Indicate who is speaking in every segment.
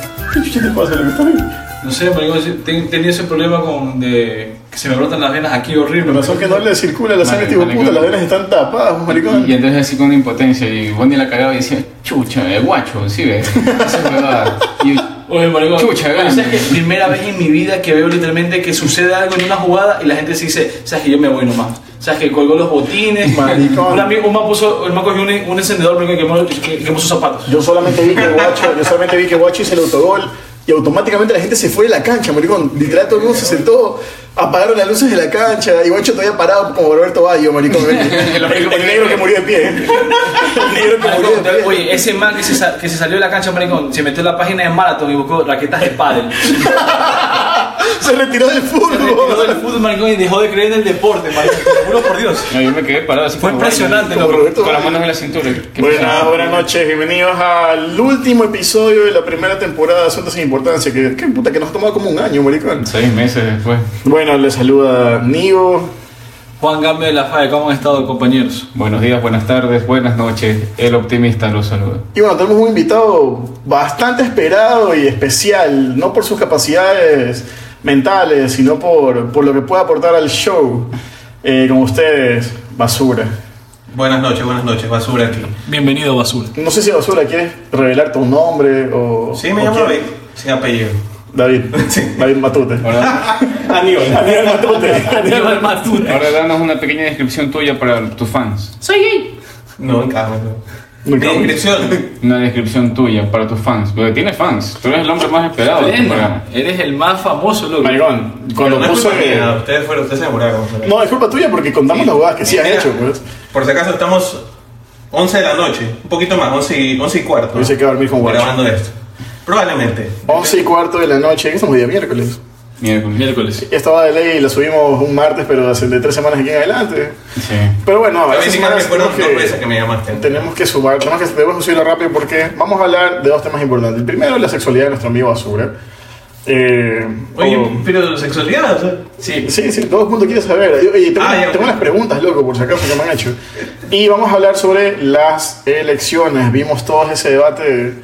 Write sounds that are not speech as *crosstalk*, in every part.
Speaker 1: te pasa? ¿Lo que está bien?
Speaker 2: No sé, marico, sí, ten- tenía ese problema con de que se me brotan las venas aquí horrible.
Speaker 1: Con razón que no le circula la sangre,
Speaker 3: Marico,
Speaker 1: tipo puta,
Speaker 3: marico.
Speaker 1: las venas están tapadas, maricón.
Speaker 3: Y entonces así con impotencia y Bonnie la cagaba y decía, chucha, eh, guacho, sí ve. Esa huevada. Y yo,
Speaker 2: Oye, marico,
Speaker 3: Chucha,
Speaker 2: pero
Speaker 3: gana.
Speaker 2: ¿sabes qué? primera vez en mi vida que veo literalmente que sucede algo en una jugada y la gente se dice, sabes que yo me voy nomás. Sabes que colgó los botines.
Speaker 1: Maricón.
Speaker 2: Un amigo, un man puso, el man cogió un, un encendedor marico, y quemó, que- quemó sus zapatos.
Speaker 1: Yo solamente vi que Guacho, yo solamente vi que Guacho hizo el autogol y automáticamente la gente se fue de la cancha, maricón. Literal todo el mundo se sentó, apagaron las luces de la cancha y Guacho todavía parado como Roberto Bayo, maricón. *laughs* El, el- el negro que murió de pie. El negro que murió de pie.
Speaker 2: Oye, ese man que se, sa- que se salió de la cancha, maricón, se metió en la página de Marathon y buscó raquetas de *laughs* pádel.
Speaker 1: Se retiró del
Speaker 2: Se retiró del
Speaker 1: fútbol.
Speaker 2: fútbol, maricón, y dejó de creer en el deporte, maricón. Te lo juro por Dios.
Speaker 3: no, yo me quedé parado así
Speaker 2: Fue
Speaker 3: como,
Speaker 2: impresionante,
Speaker 3: con-
Speaker 2: loco.
Speaker 3: con- Con las manos en la cintura. ¿Qué
Speaker 1: Buenas,
Speaker 3: pasaba?
Speaker 1: buenas noches, bienvenidos al último episodio de la primera temporada de Asuntos sin Importancia, que, que puta que nos ha tomado como un año, maricón.
Speaker 3: Seis meses después.
Speaker 1: Bueno, les saluda Nigo,
Speaker 2: Juan Gambe de la FAE, ¿cómo han estado, compañeros?
Speaker 3: Buenos días, buenas tardes, buenas noches. El optimista los saluda.
Speaker 1: Y bueno, tenemos un invitado bastante esperado y especial, no por sus capacidades mentales, sino por, por lo que puede aportar al show. Eh, como ustedes, basura.
Speaker 4: Buenas noches, buenas noches, basura aquí.
Speaker 2: Bienvenido, Basura.
Speaker 1: No sé si basura quieres revelar tu nombre o...
Speaker 4: Sí, me
Speaker 1: o
Speaker 4: llamo David,
Speaker 1: quieres-
Speaker 4: sin apellido.
Speaker 1: David.
Speaker 4: *laughs*
Speaker 1: David Matute.
Speaker 3: Ahora,
Speaker 4: Aníbal.
Speaker 1: Daniel Matute.
Speaker 4: *laughs*
Speaker 1: Daniel
Speaker 2: el Matute.
Speaker 3: ahora danos una pequeña descripción tuya para tus fans.
Speaker 4: No, en cámara, no. Mi
Speaker 1: Nunca-
Speaker 4: inscripción.
Speaker 3: Una descripción tuya para tus fans. Porque tienes fans. Tú eres el hombre más esperado de este programa.
Speaker 2: Eres el más famoso, loco.
Speaker 1: Maricón, cuando
Speaker 4: No es
Speaker 1: puso
Speaker 4: culpa
Speaker 1: que...
Speaker 4: mía, Ustedes fueron, ustedes se demoraron. pero-
Speaker 1: No, es culpa tuya porque contamos las huevadas que sí han
Speaker 4: Mira,
Speaker 1: hecho, pues.
Speaker 4: Por si acaso estamos 11 de la noche, un poquito más, 11 y, 11 y cuarto.
Speaker 1: Hubiese quedado dormir con guacho. Oh,
Speaker 4: Grabando esto. Probablemente.
Speaker 1: 11 y cuarto de la noche, que estamos día miércoles.
Speaker 3: Miércoles.
Speaker 2: Miércoles.
Speaker 1: Estaba de ley y la subimos un martes, pero hace de tres semanas aquí en adelante.
Speaker 3: Sí.
Speaker 1: Pero bueno, a
Speaker 4: También
Speaker 1: veces
Speaker 4: si no me
Speaker 1: semanas
Speaker 4: acuerdo,
Speaker 1: tenemos
Speaker 4: no por eso
Speaker 1: que,
Speaker 4: que me llamaste.
Speaker 1: tenemos que sumar, tenemos que, debemos subirlo rápido porque vamos a hablar de dos temas importantes. El primero es la sexualidad de nuestro amigo Basura. Eh,
Speaker 4: Oye,
Speaker 1: o-
Speaker 4: pero sexualidad, o sea. Sí.
Speaker 1: Sí, sí, todo el mundo quiere saber. Oye, tengo,
Speaker 4: Ah,
Speaker 1: unas-
Speaker 4: ya,
Speaker 1: tengo
Speaker 4: ok.
Speaker 1: unas preguntas, loco, por si acaso que me han hecho. Y vamos a hablar sobre las elecciones. Vimos todo ese debate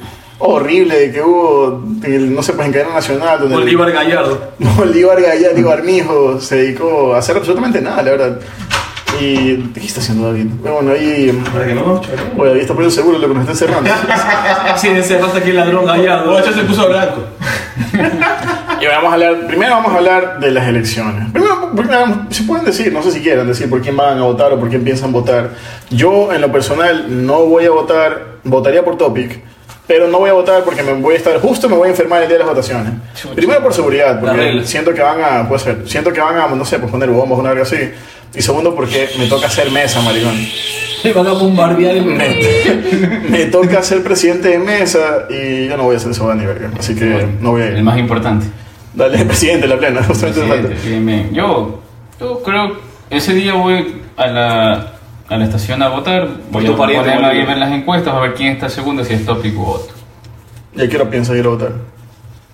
Speaker 1: horrible que hubo, en el, no sé, pues en cadena nacional, donde el-
Speaker 2: Bolívar
Speaker 1: *laughs*
Speaker 2: Gallardo.
Speaker 1: Bolívar Gallardo y Armijo se dedicó a hacer absolutamente nada, la verdad. Y. ¿Qué está haciendo David? Bueno, ahí.
Speaker 4: Para que no, chaval.
Speaker 1: Oye, David está poniendo seguro lo que nos está encerrando.
Speaker 2: Así encerraste aquí el ladrón Gallardo.
Speaker 4: Guacho se puso blanco.
Speaker 1: y vamos a hablar. Primero vamos a hablar de las elecciones. Primero, primero, si pueden decir, no sé si quieran decir por quién van a votar o por quién piensan votar. Yo, en lo personal, no voy a votar. Votaría por Topic. Pero no voy a votar porque me voy a estar justo, me voy a enfermar el día de las votaciones. Primero por seguridad,
Speaker 2: La
Speaker 1: porque
Speaker 2: regla.
Speaker 1: siento que van a, puede ser, siento que van a, no sé, pues poner bombas, una verga así. Y segundo porque me toca hacer mesa,
Speaker 3: *laughs*
Speaker 1: maricón.
Speaker 2: Le van a bombardear el
Speaker 1: Me toca ser presidente de mesa y yo no voy a ser eso ni verga. Así que no voy a
Speaker 3: El
Speaker 1: ir.
Speaker 3: más importante.
Speaker 1: Dale, *laughs* presidente, la plena. justamente me falta.
Speaker 3: Presidente, bien, bien. Yo, yo creo ese día voy a la, a la estación a votar. Voy
Speaker 2: Tu
Speaker 3: a
Speaker 2: pariente,
Speaker 3: ponerme ahí
Speaker 2: boludo.
Speaker 3: en las encuestas a ver quién está segundo, si es tópico o voto.
Speaker 1: ¿Y a qué hora piensa ir a votar?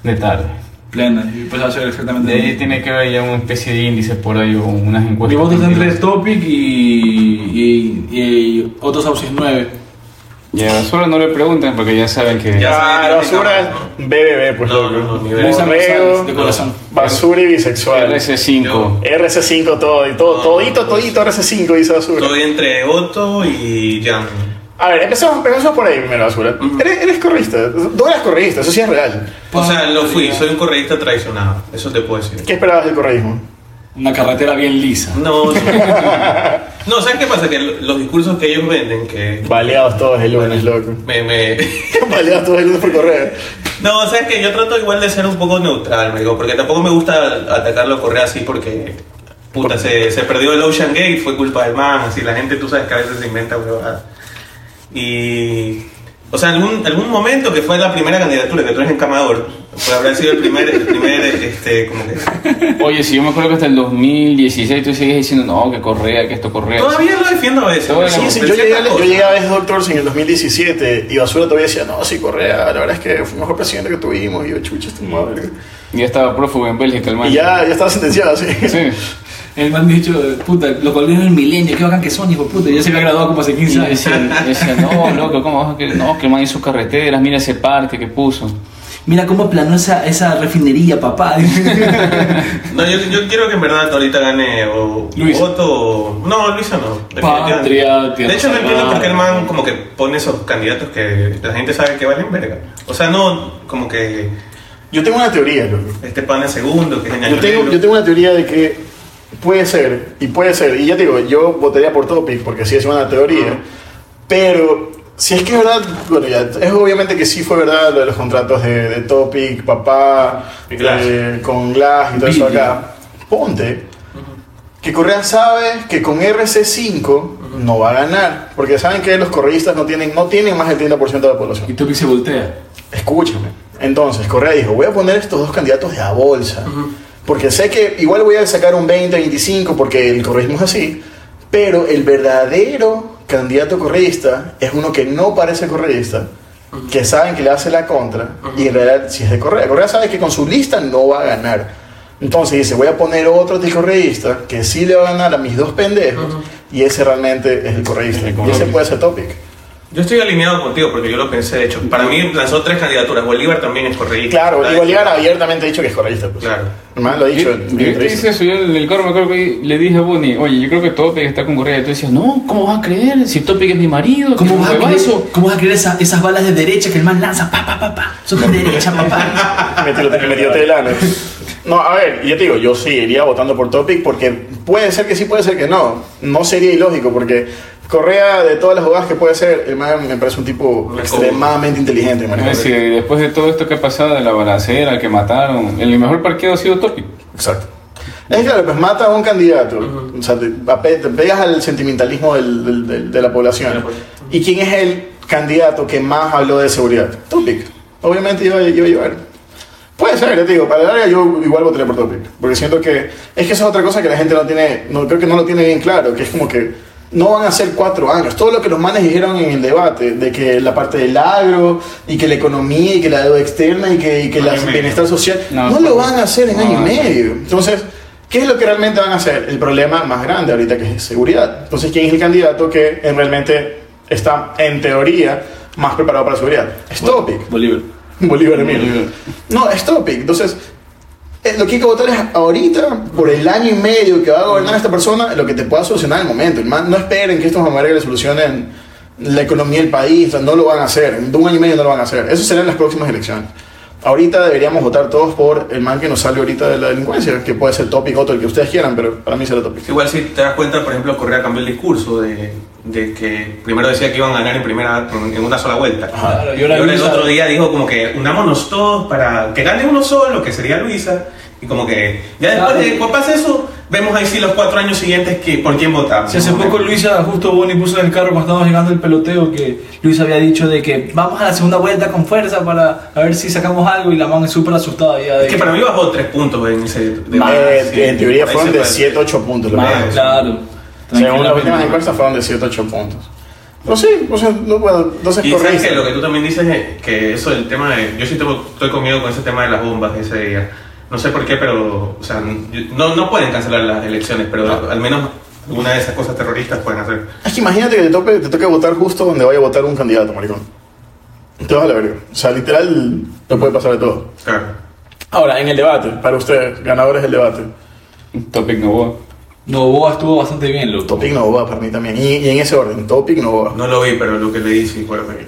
Speaker 3: De tarde.
Speaker 2: Plena. Y pues va a ser exactamente
Speaker 3: De ahí tiene que haber ya una especie de índice por ahí o unas encuestas.
Speaker 2: Mi voto está entre Topic y, y, y otros ausis 9.
Speaker 3: Ya, solo no le preguntan porque ya saben que.
Speaker 4: Ya.
Speaker 1: Ah, la basura BBB, pues
Speaker 4: No,
Speaker 1: loco.
Speaker 4: no, no, ni verga.
Speaker 2: Luis
Speaker 1: Borrego,
Speaker 2: González, de corazón.
Speaker 1: basura y bisexual.
Speaker 3: RC5.
Speaker 1: RC5 todo, y todo,
Speaker 4: No,
Speaker 1: todito,
Speaker 4: no, pues. no.
Speaker 1: todito RC5 dice basura.
Speaker 4: Estoy entre Otto y Jan.
Speaker 1: A ver, empezamos, empezamos por ahí primero, basura. Eres, eres correísta, tú eres correísta, eso sí es real.
Speaker 4: O sea, lo fui, soy un correísta traicionado. Eso te puedo decir.
Speaker 1: ¿Qué esperabas del correísmo?
Speaker 2: Una carretera bien lisa.
Speaker 4: No, no. no, ¿sabes qué pasa? Que lo- los discursos que ellos venden, que
Speaker 1: Baleados todos el lunes, loco. *laughs*
Speaker 4: me, me...
Speaker 1: Baleados todos el lunes por correo.
Speaker 4: No, ¿sabes que Yo trato igual de ser un poco neutral, me digo, porque tampoco me gusta atacarlo a Correa así porque... Puta, se, se perdió el Ocean Gate, fue culpa del man, así la gente, tú sabes que a veces se inventa huevadas. Y... O sea, algún, algún momento que fue la primera candidatura, que tú eres encamador, pues habrá sido el primer, el primer, este, como que...
Speaker 3: Oye, si yo me acuerdo que hasta el 2016 tú sigues diciendo, no, que correa, que esto correa.
Speaker 4: Todavía lo defiendo a veces.
Speaker 3: Bueno,
Speaker 1: Sí, sí,
Speaker 4: pero
Speaker 1: yo llegué, a,
Speaker 4: ciertas
Speaker 1: yo
Speaker 4: cosas.
Speaker 1: llegué a veces Doctors en el 2017 y Basura todavía decía, no, sí, Correa, la verdad es que fue el mejor presidente que tuvimos y yo, chucha, esta madre.
Speaker 3: Ya estaba prófugo en Bélgica, el man.
Speaker 1: Y ya, ya estaba sentenciado, sí.
Speaker 3: Sí.
Speaker 2: El man dicho, puta, los colgaron el milenio, qué bacán que son, hijo de puta. Ya se había graduado como hace
Speaker 3: Y
Speaker 2: 15
Speaker 3: yo
Speaker 2: años.
Speaker 3: decía, yo decía, no, loco, ¿cómo vas a querer? No, que el man hizo carreteras, mira ese parque que puso.
Speaker 5: Mira cómo planó esa, esa refinería, papá.
Speaker 4: No, yo, yo quiero que en verdad ahorita gane o
Speaker 3: Luis.
Speaker 4: Otto o- No, Luisa no. definitivamente.
Speaker 3: Patria, tierra
Speaker 4: De hecho, no
Speaker 3: sagrada.
Speaker 4: entiendo por qué el man como que pone esos candidatos que la gente sabe que valen verga. O sea, no como que
Speaker 1: Yo tengo una teoría, loco.
Speaker 4: este pan es segundo, que es
Speaker 1: Yo tengo, yo tengo una teoría de que puede ser, y puede ser, y ya te digo, yo votaría por Topic porque sí es una teoría, pero si es que es verdad, bueno, ya, es obviamente que sí fue verdad lo de los contratos de, de Topic, papá,
Speaker 4: Y Glass.
Speaker 1: eh, con Glass y todo eso
Speaker 5: Billy.
Speaker 1: acá. Ponte que Correa sabe que con RC5 no va a ganar, porque saben que los correístas no tienen, no tienen más del 30% de la población.
Speaker 2: *laughs* Y Topic se voltea.
Speaker 1: Escúchame. Entonces, Correa dijo, voy a poner estos dos candidatos de a bolsa. Porque sé que igual voy a sacar un 20, 25, porque el correísmo es así. Pero el verdadero candidato correísta es uno que no parece correísta, que saben que le hace la contra, y en realidad si es de Correa. Correa sabe que con su lista no va a ganar. Entonces dice, voy a poner otro anticorreísta que sí le va a ganar a mis dos pendejos, y ese realmente es el correísta.
Speaker 3: El
Speaker 1: y ese
Speaker 3: correísta.
Speaker 1: puede ser topic.
Speaker 4: Yo estoy alineado contigo porque yo lo pensé, de hecho. Para mí lanzó tres candidaturas. Bolívar también es correísta.
Speaker 1: Claro,
Speaker 4: Está
Speaker 1: y Bolívar abiertamente ha dicho que es correísta. Pues.
Speaker 4: Claro.
Speaker 1: Hermano, lo ha dicho.
Speaker 3: Yo,
Speaker 1: en
Speaker 3: yo te
Speaker 1: entrevistas. *laughs*
Speaker 3: hice eso, yo en el carro me acuerdo que le dije a Bonnie, oye, yo creo que Topic está con Correa. Y tú decías, no, ¿cómo vas a creer? Si Topic es mi marido,
Speaker 5: *laughs* ¿Cómo
Speaker 3: que es
Speaker 5: vas,
Speaker 3: un
Speaker 5: a creer,
Speaker 3: huevazo".
Speaker 5: ¿Cómo vas a creer esa- esas balas de derecha que el man lanza? Pa, pa, pa, pa. Son de
Speaker 2: *laughs*
Speaker 5: derecha, papá.
Speaker 1: Metió- metió
Speaker 4: *laughs*
Speaker 1: telano. No, a ver, yo te digo, yo sí iría votando por Topic porque puede ser que sí, puede ser que no. No sería ilógico porque Correa, de todas las jugadas que puede ser, el man me parece un tipo
Speaker 4: Recobo.
Speaker 1: extremadamente inteligente.
Speaker 3: Es
Speaker 1: marico.
Speaker 3: decir, después de todo esto que ha pasado, de la balacera, que mataron, el mejor parqueo ha sido Topic.
Speaker 1: Exacto. Es claro, pues mata a un candidato. O sea, te, ape- te pegas al sentimentalismo del- del- del- de la población. ¿Y quién es el candidato que más habló de seguridad? Topic. Obviamente iba, iba a llevar. Puede ser, ya te digo, para la larga yo igual votaría por Topic. Porque siento que. Es que esa es otra cosa que la gente no tiene. No, creo que no lo tiene bien claro. Que es como que. No van a ser cuatro años. Todo lo que los manes dijeron en el debate, de que la parte del agro, y que la economía, y que la deuda externa, y que, y que
Speaker 4: Año
Speaker 1: la
Speaker 4: y medio.
Speaker 1: bienestar social,
Speaker 3: No, pues,
Speaker 1: no, lo van a hacer en
Speaker 3: no
Speaker 1: año
Speaker 3: van a
Speaker 1: y
Speaker 3: hacer.
Speaker 1: medio. Entonces, ¿qué es lo que realmente van a hacer? El problema más grande ahorita que es seguridad. Entonces, ¿quién es el candidato que eh, realmente está, en teoría, más preparado para seguridad? Es Topic.
Speaker 2: Bolívar.
Speaker 1: *laughs* Bolívar Emilio. No, es Topic. Entonces, eh, lo que hay que votar es ahorita, por el año y medio que va a gobernar esta persona, lo que te pueda solucionar en el momento. hermano. No esperen que estos mamares le solucionen la economía del país, o sea, no lo van a hacer. De un año y medio no lo van a hacer. Eso será en las próximas elecciones. Ahorita deberíamos votar todos por el man que nos sale ahorita de la delincuencia, que puede ser Topic, otro, el que ustedes quieran, pero para mí será Topic.
Speaker 4: Igual si te das cuenta, por ejemplo, Correa cambió el discurso de, de que primero decía que iban a ganar en primera en una sola vuelta.
Speaker 2: Claro,
Speaker 4: Y ahora el otro día dijo como que unámonos todos para que gane uno solo, que sería Luisa. Y como que ya después de que pase eso, vemos ahí sí los cuatro años siguientes que, por quién votamos.
Speaker 2: Si hace poco Luisa, justo Bonnie puso en el carro cuando estábamos llegando el peloteo que
Speaker 5: Luis había dicho de que vamos a la segunda vuelta con fuerza para a ver si sacamos algo y la man es súper asustada ya de
Speaker 4: Es que para mí bajó tres puntos en ese
Speaker 1: Eh,
Speaker 4: debate. Sí,
Speaker 1: en teoría
Speaker 4: ahí
Speaker 1: fueron
Speaker 4: se
Speaker 1: de
Speaker 4: fue.
Speaker 1: 7, 8 puntos. lo que
Speaker 4: Más,
Speaker 1: es.
Speaker 5: Claro.
Speaker 1: Según las últimas encuestas fueron de 7, 8 puntos. Pero sí, o sea, no, bueno, entonces
Speaker 4: Y sabes
Speaker 1: correcto.
Speaker 4: que lo que tú también dices es que eso del tema de. Yo sí tengo- estoy conmigo con ese tema de las bombas ese día. No sé por qué, pero. O sea, n- no, no pueden cancelar las elecciones, pero al menos alguna de esas cosas terroristas pueden hacer.
Speaker 1: Es que imagínate que te, tope, te toque votar justo donde vaya a votar un candidato, maricón. Te vas a la verga. O sea, literal, te puede pasar de todo.
Speaker 4: Claro.
Speaker 1: Ahora, en el debate, para ustedes, ganadores del debate,
Speaker 3: Topic no va.
Speaker 2: Novoa estuvo bastante bien, loco.
Speaker 1: Topic Novoa para mí también. Y, y en ese orden, Topic Novoa.
Speaker 4: No lo vi, pero lo que le di sí fue horrible.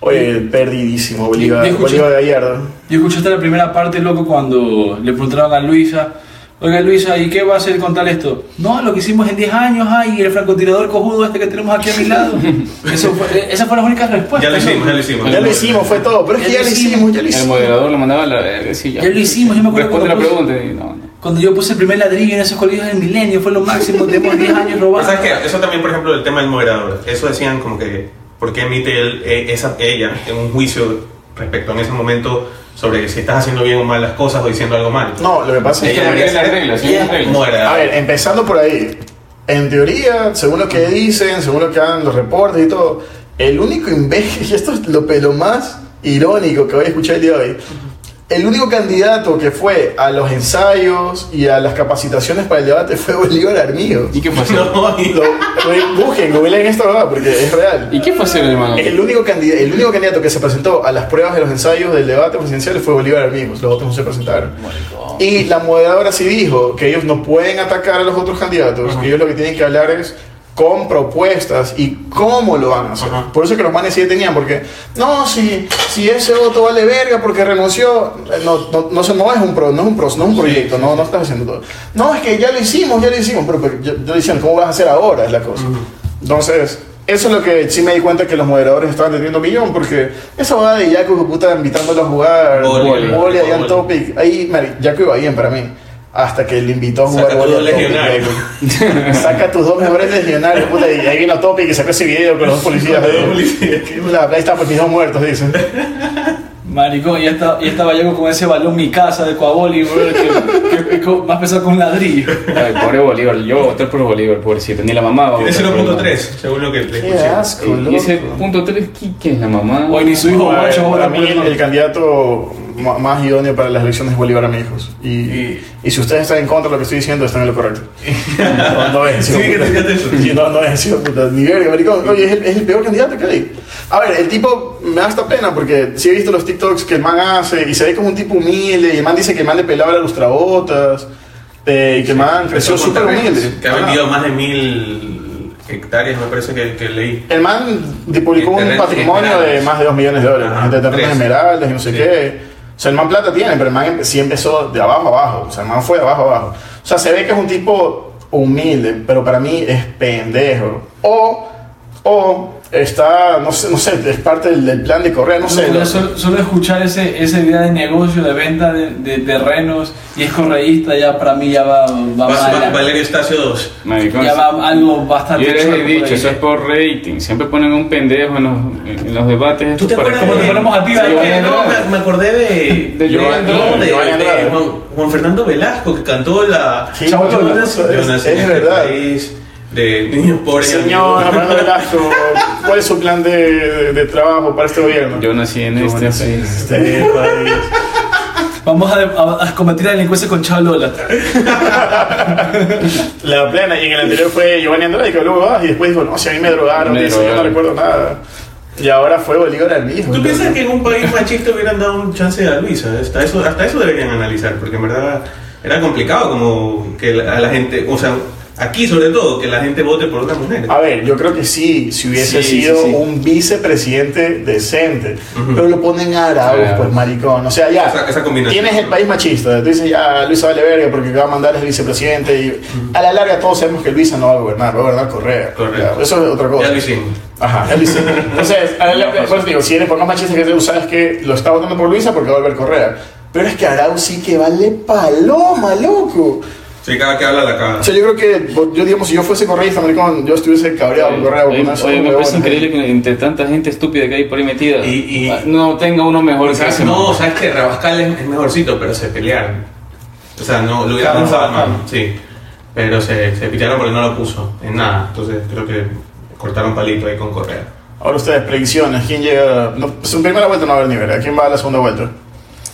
Speaker 1: Oye, perdidísimo,
Speaker 2: Yo
Speaker 1: Bolívar,
Speaker 2: escuché-
Speaker 1: Bolívar Gallardo.
Speaker 2: Yo escuché hasta la primera parte, loco, cuando le preguntaron a Luisa, oiga Luisa, ¿y qué va a hacer con tal esto? No, lo que hicimos en 10 años, ay, el francotirador cojudo este que tenemos aquí a mi lado.
Speaker 5: *laughs*
Speaker 2: Eso fue- esas fueron las únicas respuestas.
Speaker 4: Ya lo hicimos,
Speaker 2: loco.
Speaker 4: ya lo hicimos.
Speaker 1: Pues Ya lo hicimos, fue todo. Pero es que ya lo hicimos, ya lo
Speaker 3: El
Speaker 1: hicimos.
Speaker 3: moderador lo mandaba a la verga, sí, ya.
Speaker 2: Ya lo hicimos, yo me acuerdo
Speaker 3: Responde la
Speaker 2: cuando puse-
Speaker 3: pregunta y no, no.
Speaker 2: Cuando yo puse el primer ladrillo en esos colegios del milenio, fue lo máximo, tenemos 10
Speaker 5: *laughs*
Speaker 2: años
Speaker 4: Pero
Speaker 2: robando.
Speaker 4: ¿Sabes qué? Eso también, por ejemplo, del tema del moderador. Eso decían como que, ¿por qué emite él, eh, esa, ella en un juicio respecto en ese momento sobre si estás haciendo bien o mal las cosas o diciendo algo mal?
Speaker 1: No, lo que pasa es
Speaker 3: Ella
Speaker 1: que.
Speaker 3: tiene las reglas, ella tiene las reglas.
Speaker 1: A
Speaker 4: Moderador.
Speaker 1: ver, empezando por ahí. En teoría, según lo que dicen, según lo que dan los reportes y todo, *laughs* el único imbécil, y esto es lo, pe- lo más irónico que voy a escuchar el día de hoy, El único candidato que fue a los ensayos y a las capacitaciones para el debate fue *laughs* Bolívar Armío.
Speaker 3: ¿Y qué fue hacer?
Speaker 4: *laughs* No, y-
Speaker 1: Lo, lo- busquen, googleen esta verdad porque es real.
Speaker 3: ¿Y qué fue hacer, hermano?
Speaker 1: El único, candidato, el único candidato que se presentó a las pruebas de los ensayos del debate presidencial fue Bolívar Armigos, los otros no se presentaron. Y la moderadora sí dijo que ellos no pueden atacar a los otros candidatos, que ellos lo que tienen que hablar es con propuestas y cómo lo van a hacer. Por eso que los manes sí tenían, porque no, si, si ese voto vale verga porque renunció, eh, no, no, no, se- no es un pro, no es un pro, no es un proyecto, no, no estás haciendo todo. No, es que ya lo hicimos, ya lo hicimos, pero, pero yo, yo diciendo, ¿cómo vas a hacer ahora? Es la cosa. Entonces, eso es lo que sí me di cuenta que los moderadores estaban teniendo millón, porque esa boda de Jaco, hijo de puta, invitándolo a jugar,
Speaker 4: Boli,
Speaker 1: Boli,
Speaker 4: boli,
Speaker 1: allá en
Speaker 4: boli.
Speaker 1: Topic, ahí, Mari, Jaco iba bien para mí, hasta que le invitó a jugar
Speaker 4: Saca
Speaker 1: Boli
Speaker 4: tus
Speaker 1: a
Speaker 4: dos
Speaker 1: Topic,
Speaker 4: legionarios.
Speaker 1: Jaco. *laughs* Saca tus dos mejores legionarios, puta, y ahí vino Topic y sacó ese video con los dos policías.
Speaker 4: Con los dos policías.
Speaker 1: La- Ahí está, pues mis dos muertos, dicen.
Speaker 5: Maricón, ya, está, ya estaba yo con ese balón mi casa de Coaboli, bro, que, que- que co- más pesado que un ladrillo.
Speaker 3: Ay, pobre Bolívar, yo voy a votar por Bolívar, pobrecito. Ni la mamá va a
Speaker 4: Tiene
Speaker 3: votar por él.
Speaker 4: 0.3, según lo que le
Speaker 1: Qué
Speaker 4: escuché.
Speaker 1: asco,
Speaker 3: Eh, Y ese
Speaker 1: loco.
Speaker 3: punto 3, ¿quién es la mamá?
Speaker 5: Hoy ni su hijo
Speaker 1: Para-
Speaker 5: macho,
Speaker 1: para
Speaker 5: ahora
Speaker 1: mí el, el candidato ma- más idóneo para las elecciones es Bolívar Amigos. Y, y, si ustedes están en contra de lo que estoy diciendo, están en lo correcto. No, no es.
Speaker 4: Sí,
Speaker 1: hijo de
Speaker 4: que te
Speaker 1: puta.
Speaker 4: fíjate eso.
Speaker 1: Sí, no, no es. hijo de puta. Ni verga, maricón. Oye, es el, es el peor candidato que hay. A ver, el tipo me da hasta pena porque sí he visto los TikToks que el man hace y se ve como un tipo humilde. Y el man dice que el man le pelaba las lustrabotas. eh, y que el man creció
Speaker 4: Son
Speaker 1: súper
Speaker 4: contaminantes,
Speaker 1: humilde.
Speaker 4: Que ha
Speaker 1: Ajá.
Speaker 4: vendido más de mil hectáreas, me parece que, que leí.
Speaker 1: El man de- publicó un
Speaker 4: Terrenos
Speaker 1: patrimonio de
Speaker 4: esmeraldas.
Speaker 1: más de 2 millones de dólares,
Speaker 4: Ajá,
Speaker 1: gente de terrenos
Speaker 4: tres.
Speaker 1: esmeraldas y no sé
Speaker 4: Sí.
Speaker 1: qué. O sea, el man plata tiene, pero el man empe- sí empezó de abajo a abajo. O sea, el man fue de abajo a abajo. O sea, se ve que es un tipo humilde, pero para mí es pendejo. O, o está, no sé, no sé, es parte del, del plan de Correa, no sé.
Speaker 5: Solo,
Speaker 1: ¿no?
Speaker 5: solo- solo escuchar ese, esa idea de negocio, de venta de, de terrenos y es correísta, ya para mí ya va, va
Speaker 4: Vas-
Speaker 5: mal.
Speaker 4: Va- Valerio Estacio 2.
Speaker 3: Maricón,
Speaker 5: Ya va algo bastante
Speaker 3: Yo les
Speaker 5: chueco
Speaker 3: he
Speaker 5: por
Speaker 3: dicho,
Speaker 5: ahí.
Speaker 3: eso es por rating. Siempre ponen un pendejo en los, en los debates.
Speaker 4: ¿Tú te
Speaker 3: para
Speaker 4: acuerdas
Speaker 3: que-
Speaker 4: cuando
Speaker 5: ponemos a ti,
Speaker 3: Sí,
Speaker 5: ¿verdad?
Speaker 3: Giovanni
Speaker 4: Eh, no,
Speaker 3: Andrade.
Speaker 4: me, me acordé de,
Speaker 3: De Giovanni Andrade,
Speaker 4: no, de-
Speaker 1: Giovanni
Speaker 4: de
Speaker 1: Andrade.
Speaker 4: Juan, Juan Fernando Velasco que cantó la
Speaker 1: Sí, Chao, Chao,
Speaker 4: Yo
Speaker 1: Chao,
Speaker 4: nací-
Speaker 1: es-
Speaker 4: yo nací
Speaker 1: es
Speaker 4: en este
Speaker 1: verdad.
Speaker 4: país de niños pobres y
Speaker 1: Señor
Speaker 4: amigos.
Speaker 1: Fernando Velasco, ¿cuál es su plan de, de- de trabajo para este gobierno?
Speaker 3: Yo nací en este país.
Speaker 1: Este país.
Speaker 5: Vamos a, a- a combatir la delincuencia con Chao Lola.
Speaker 1: La plena, y en el anterior fue Giovanni Andrade que habló huevadas, y después dijo, no, si a mí me drogaron,
Speaker 3: Me
Speaker 1: dice, yo no
Speaker 3: drogaron.
Speaker 1: recuerdo nada. Y ahora fue Bolívar al mismo.
Speaker 4: ¿Tú piensas que en un país machista hubieran dado un chance a Luisa? Hasta eso, hasta eso deberían analizar, porque en verdad era complicado como que la- a la gente, o sea, aquí sobre todo, que la gente vote por una mujer.
Speaker 1: A ver, yo creo que sí, si hubiese
Speaker 3: Sí, sí,
Speaker 1: sido
Speaker 3: sí.
Speaker 1: un vicepresidente decente,
Speaker 4: Ujú.
Speaker 1: pero lo ponen a Arauz,
Speaker 3: Arauz.
Speaker 1: pues maricón. O sea, ya,
Speaker 4: Esa- esa combinación.
Speaker 1: tienes el país machista, tú dices, ya, Luisa vale verga porque va a mandar el vicepresidente, y a la larga todos sabemos que Luisa no va a gobernar, va a gobernar Correa.
Speaker 4: Correcto.
Speaker 1: Ya, eso es otra cosa.
Speaker 4: Ya lo hicimos.
Speaker 1: Ajá, él dice. Entonces, a la- por eso digo, si eres por más machista que tú sabes que lo está votando por Luisa porque va a volver Correa. Pero es que Arau sí que vale paloma, loco.
Speaker 4: Sí, cada que habla la caga.
Speaker 1: O sea, yo creo que, yo digamos, si yo fuese correísta, maricón, yo estuviese cabreado con Correa.
Speaker 3: Oye,
Speaker 1: porque no es
Speaker 3: oye,
Speaker 1: un
Speaker 3: me
Speaker 1: huevón,
Speaker 3: parece
Speaker 1: ¿eh?
Speaker 3: increíble que entre tanta gente estúpida que hay por ahí metida,
Speaker 4: Y- y-
Speaker 3: ah, no tenga uno mejor que ese.
Speaker 4: no,
Speaker 3: man.
Speaker 4: sabes que Rabascal es, es mejorcito, pero se pelearon. O sea, no lo hubiera
Speaker 1: Claro,
Speaker 4: lanzado
Speaker 1: claro.
Speaker 4: mano, sí. Pero se, se pillaron porque no lo puso en nada. Entonces creo que cortaron palito ahí con Correa.
Speaker 1: Ahora ustedes, predicciones, ¿quién llega? No, su primera vuelta no va a haber nivel, ¿a quién va a la segunda vuelta?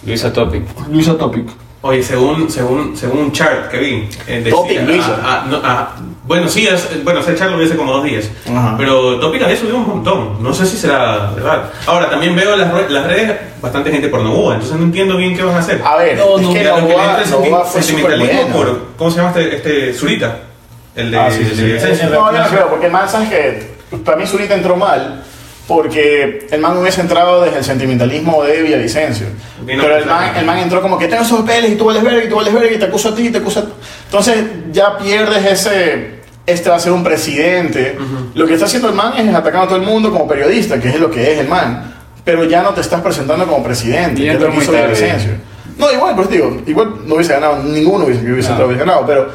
Speaker 3: Luisa Topic.
Speaker 5: Luisa Topic.
Speaker 4: Oye, según, según, según un chart que vi, eh, decía-
Speaker 1: Topic, Luisa.
Speaker 4: ah, ah, no, ah, bueno, sí, es- bueno, ese chart lo vi hace como dos días.
Speaker 1: Ajá.
Speaker 4: Pero Topic había subido un montón. No sé si será verdad. Ahora, también veo las, re- las redes bastante gente pornogúa, entonces no entiendo bien qué van a hacer.
Speaker 1: A ver,
Speaker 5: No,
Speaker 1: es
Speaker 5: no,
Speaker 1: que
Speaker 4: Ya
Speaker 1: la
Speaker 4: lo que le
Speaker 1: UBA,
Speaker 4: entra es
Speaker 1: la
Speaker 4: senti-
Speaker 1: UBA fue súper
Speaker 4: sentimentalismo
Speaker 1: buena.
Speaker 4: por- ¿Cómo se llama este, este Zurita? El de,
Speaker 1: Ah, sí, sí,
Speaker 4: de
Speaker 1: sí.
Speaker 4: Asensio.
Speaker 1: No, yo no creo, porque el man, ¿sabes qué? Para mí Zurita entró mal, porque el man hubiese entrado desde el sentimentalismo de Villavicencio.
Speaker 4: Vino
Speaker 1: Pero
Speaker 4: con
Speaker 1: el man,
Speaker 4: Flamengo.
Speaker 1: el man entró como que tengo esos papeles y tú vales verga y tú vales verga y te acuso a ti y te acuso a ti. Entonces ya pierdes ese... Este va a ser un presidente. Lo que está haciendo el man es atacando a todo el mundo como periodista, que es lo que es el man. Pero ya no te estás presentando como presidente.
Speaker 3: Y
Speaker 1: que es
Speaker 3: entró
Speaker 1: lo que
Speaker 3: muy
Speaker 1: hizo
Speaker 3: tarde.
Speaker 1: Villavicencio. eh. No, igual, pero digo, igual no hubiese ganado, ninguno hubiese, hubiese
Speaker 3: No.
Speaker 1: entrado, hubiese ganado, pero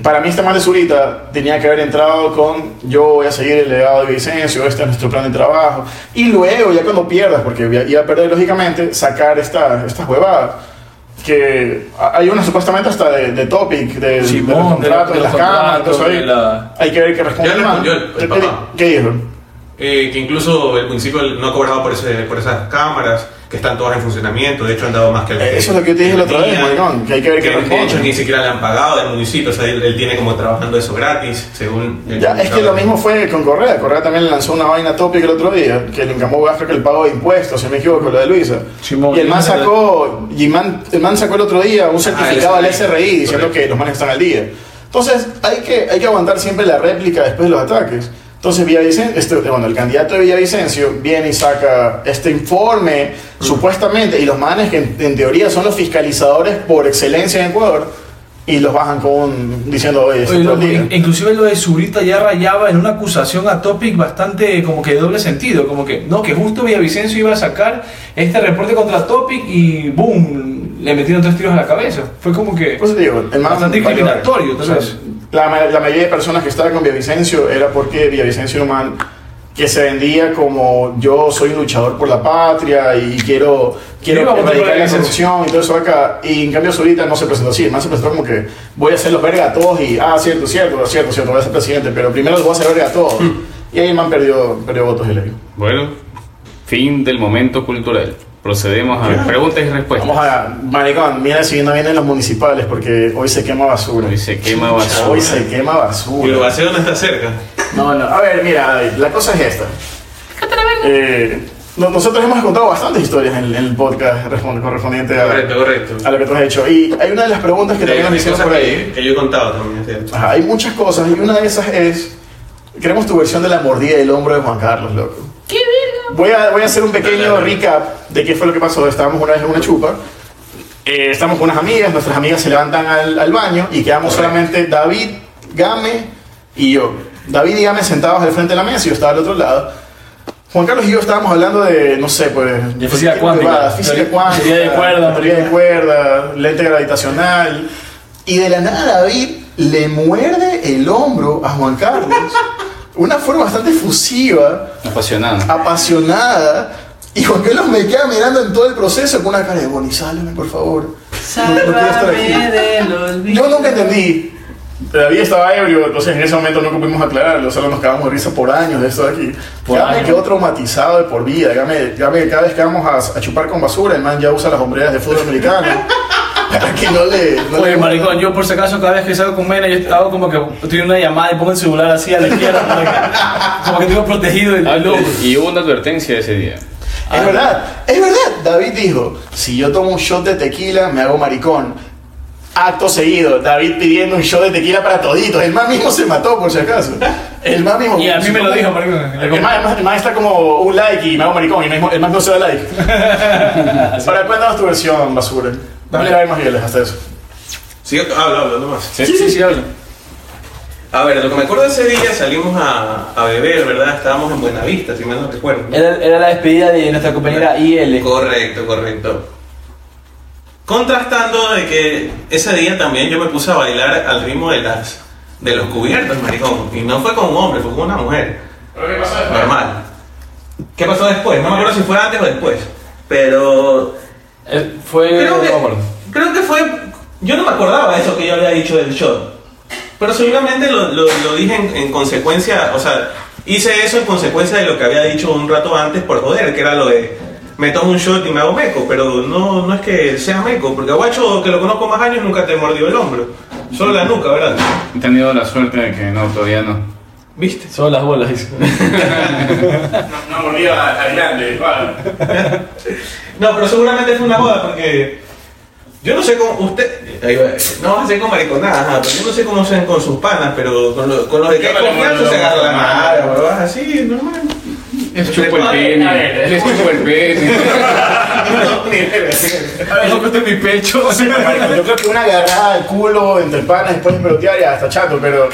Speaker 1: para mí este mal de Zurita tenía que haber entrado con yo voy a seguir el legado de Vicencio, este es nuestro plan de trabajo. Y luego, ya cuando pierdas, porque iba a perder lógicamente, sacar esta- estas huevadas. Que a- hay una supuestamente hasta de, de topic, de,
Speaker 5: Simón,
Speaker 1: de los contratos,
Speaker 5: de-
Speaker 1: de,
Speaker 5: de
Speaker 1: las
Speaker 5: los
Speaker 1: cámaras,
Speaker 5: contratos,
Speaker 1: entonces ahí
Speaker 5: de la-
Speaker 1: hay que ver qué responde
Speaker 4: Ya
Speaker 1: el man.
Speaker 4: respondió el- el
Speaker 1: ¿Qué-
Speaker 4: papá.
Speaker 1: ¿Qué dijo?
Speaker 4: Eh, que incluso el municipio no cobraba por, ese, por esas cámaras. que están todas en funcionamiento, de hecho han dado más que el
Speaker 1: Eh,
Speaker 4: que
Speaker 1: eso es lo que yo te dije la otra vez,
Speaker 4: tenían,
Speaker 1: maricón, que hay que ver qué
Speaker 4: de hecho
Speaker 1: responden.
Speaker 4: ni siquiera le han pagado del municipio, o sea, él, él tiene como trabajando eso gratis, según... el
Speaker 1: Ya, es que lo
Speaker 4: comunicado.
Speaker 1: mismo fue con Correa. Correa también le lanzó una vaina tópica el otro día, que le encamó Gasca que el pago de impuestos, si no me equivoco, lo de Luisa.
Speaker 2: Simón,
Speaker 1: y el man
Speaker 2: es verdad.
Speaker 1: sacó, y man- el man sacó el otro día un certificado
Speaker 4: el
Speaker 1: al
Speaker 4: SRI,
Speaker 1: SRI diciendo
Speaker 4: correcto.
Speaker 1: que los manes están al día. Entonces, hay que, hay que aguantar siempre la réplica después de los ataques. Entonces, Villavicencio, este, bueno, el candidato de Villavicencio viene y saca este informe, supuestamente, y los manes que en, en teoría son los fiscalizadores por excelencia en Ecuador, y los bajan con un- diciendo, oye, esto
Speaker 2: Oye,
Speaker 1: todo
Speaker 2: loco,
Speaker 1: el día.
Speaker 2: in- inclusive lo de Zurita ya rayaba en una acusación a Topic bastante como que de doble sentido, como que no, que justo Villavicencio iba a sacar este reporte contra Topic y boom, le metieron tres tiros a la cabeza. Fue como que
Speaker 1: Pues digo, el man
Speaker 2: bastante
Speaker 1: valió
Speaker 2: discriminatorio,
Speaker 1: verga.
Speaker 2: tal
Speaker 1: O
Speaker 2: vez.
Speaker 1: sea, la, ma- la mayoría de personas que estaban con Villavicencio era porque Villavicencio era un man que se vendía como yo soy un luchador por la patria y quiero, quiero
Speaker 2: Iba a votar por
Speaker 1: erradicar la
Speaker 2: Villavicencio.
Speaker 1: corrupción y todo eso acá. Y en cambio Zurita no se presentó así, el man se presentó como que voy a hacer los verga a todos y ah, cierto, cierto, cierto, cierto, voy a ser presidente, pero primero los voy a hacer verga a todos.
Speaker 2: Hmm.
Speaker 1: Y ahí el man perdió, perdió votos electos.
Speaker 3: Bueno, fin del momento cultural. Procedemos a preguntas y respuestas.
Speaker 1: Vamos a, maricón, mira si no vienen los municipales porque hoy se quema basura.
Speaker 3: Hoy se quema basura.
Speaker 1: Hoy se quema
Speaker 4: Y
Speaker 1: basura.
Speaker 4: lo hace donde está cerca.
Speaker 1: No, no. A ver, mira, David, la cosa es esta. Eh, no- nosotros hemos contado bastantes historias en, en el podcast respon- correspondiente a,
Speaker 4: Correcto, correcto.
Speaker 1: a lo que tú has hecho. Y hay una de las preguntas que
Speaker 4: De-
Speaker 1: también nos
Speaker 4: de
Speaker 1: hicieron
Speaker 4: cosas
Speaker 1: por
Speaker 4: que,
Speaker 1: ahí.
Speaker 4: que yo he contado también, es cierto.
Speaker 1: Ajá, hay muchas cosas y una de esas es... Queremos tu versión de la mordida del hombro de Juan Carlos, loco. ¡Qué Voy a, voy a hacer un pequeño
Speaker 4: Dale, dale.
Speaker 1: recap de qué fue lo que pasó. Estábamos una vez en una chupa. Eh, estamos con unas amigas, nuestras amigas se levantan al, al baño y quedamos solamente David, Game y yo. David y Game sentados al frente de la mesa y yo estaba al otro lado. Juan Carlos y yo estábamos hablando de, no sé, pues...
Speaker 2: De física
Speaker 1: qué
Speaker 2: cuántica.
Speaker 1: huevadas, Física
Speaker 2: Teoría-
Speaker 1: cuántica.
Speaker 2: teoría de cuerda,
Speaker 1: Teoría de
Speaker 2: marica.
Speaker 1: cuerda, lente gravitacional. Y de la nada David le muerde el hombro a Juan Carlos. *laughs* Una forma bastante efusiva
Speaker 3: Apasionado.
Speaker 1: apasionada. Y Juan Carlos me queda mirando en todo el proceso con una cara de Bonnie, sálvame, por favor. No- no quiero estar aquí". Yo nunca entendí. David estaba ebrio, entonces en ese momento nunca pudimos aclararlo, solo nos cagamos de risa por años de esto de aquí.
Speaker 2: Por
Speaker 1: ya me
Speaker 2: años.
Speaker 1: quedó traumatizado de por vida, ya me, ya me- cada vez que vamos a, a chupar con basura, el man ya usa las hombreras de fútbol americano. *laughs* para que no le... no
Speaker 2: Oye,
Speaker 1: le-
Speaker 2: maricón, yo por si acaso cada vez que salgo con Mena, yo hago como que estoy en una llamada y pongo el celular así a la izquierda, para que- como que tengo protegido el
Speaker 3: Ah,
Speaker 4: *laughs*
Speaker 2: el ojo.
Speaker 3: y hubo una advertencia ese día.
Speaker 1: Es verdad, es verdad. David dijo, si yo tomo un shot de tequila, me hago maricón. Acto seguido, David pidiendo un shot de tequila para toditos. El man mismo se mató, por si acaso. El man mismo...
Speaker 2: Y a mí me lo dijo, maricón.
Speaker 1: El man, el man- el man está como un like y me hago maricón. Y el mismo- el man no se da like. *laughs* Para cuéntanos tu versión, basura. Dame la más fieles hasta eso.
Speaker 4: Sí, hablo, hablo, nomás.
Speaker 3: Sí, sí, sí, habla.
Speaker 4: A ver, lo que me acuerdo de ese día salimos a, a beber, ¿verdad? Estábamos en Buenavista, si mal no recuerdo.
Speaker 5: Era, era la despedida de nuestra compañera IL.
Speaker 4: Correcto, correcto. Contrastando de que ese día también yo me puse a bailar al ritmo de las de los cubiertos, maricón. Y no fue con un hombre, fue con una mujer. Normal. ¿Qué pasó después? No me acuerdo si fue antes o después. Pero
Speaker 5: Eh, Fue.
Speaker 4: creo que,
Speaker 5: no me acuerdo.
Speaker 4: creo que fue. Yo no me acordaba de eso que yo había dicho del shot. Pero seguramente lo, lo- lo dije en, en consecuencia. O sea, hice eso en consecuencia de lo que había dicho un rato antes por joder, que era lo de. Me tomo un shot y me hago meco, pero no, no es que sea meco, porque a Guacho, que lo conozco más años, nunca te mordió el hombro. Solo la nuca, ¿verdad?
Speaker 3: He tenido la suerte de que no, todavía no.
Speaker 4: ¿Viste?
Speaker 5: Son las bolas, dice.
Speaker 1: No, volví a, grande,
Speaker 4: No, pero seguramente fue una joda porque yo no sé cómo usted ahí va, no vas a ser con mariconadas, ajá, pero yo no sé cómo se ven con sus panas, pero con, lo- con los de que hay
Speaker 1: Yo no le
Speaker 4: confianza
Speaker 1: muerdo.
Speaker 4: se agarra la madre, huevón, así, normal.
Speaker 3: Les chupo el pene. Les chupo el pene.
Speaker 2: mi pecho.
Speaker 1: Marico, Yo creo que una agarrada al culo entre panas después de pelotear ya hasta chato, pero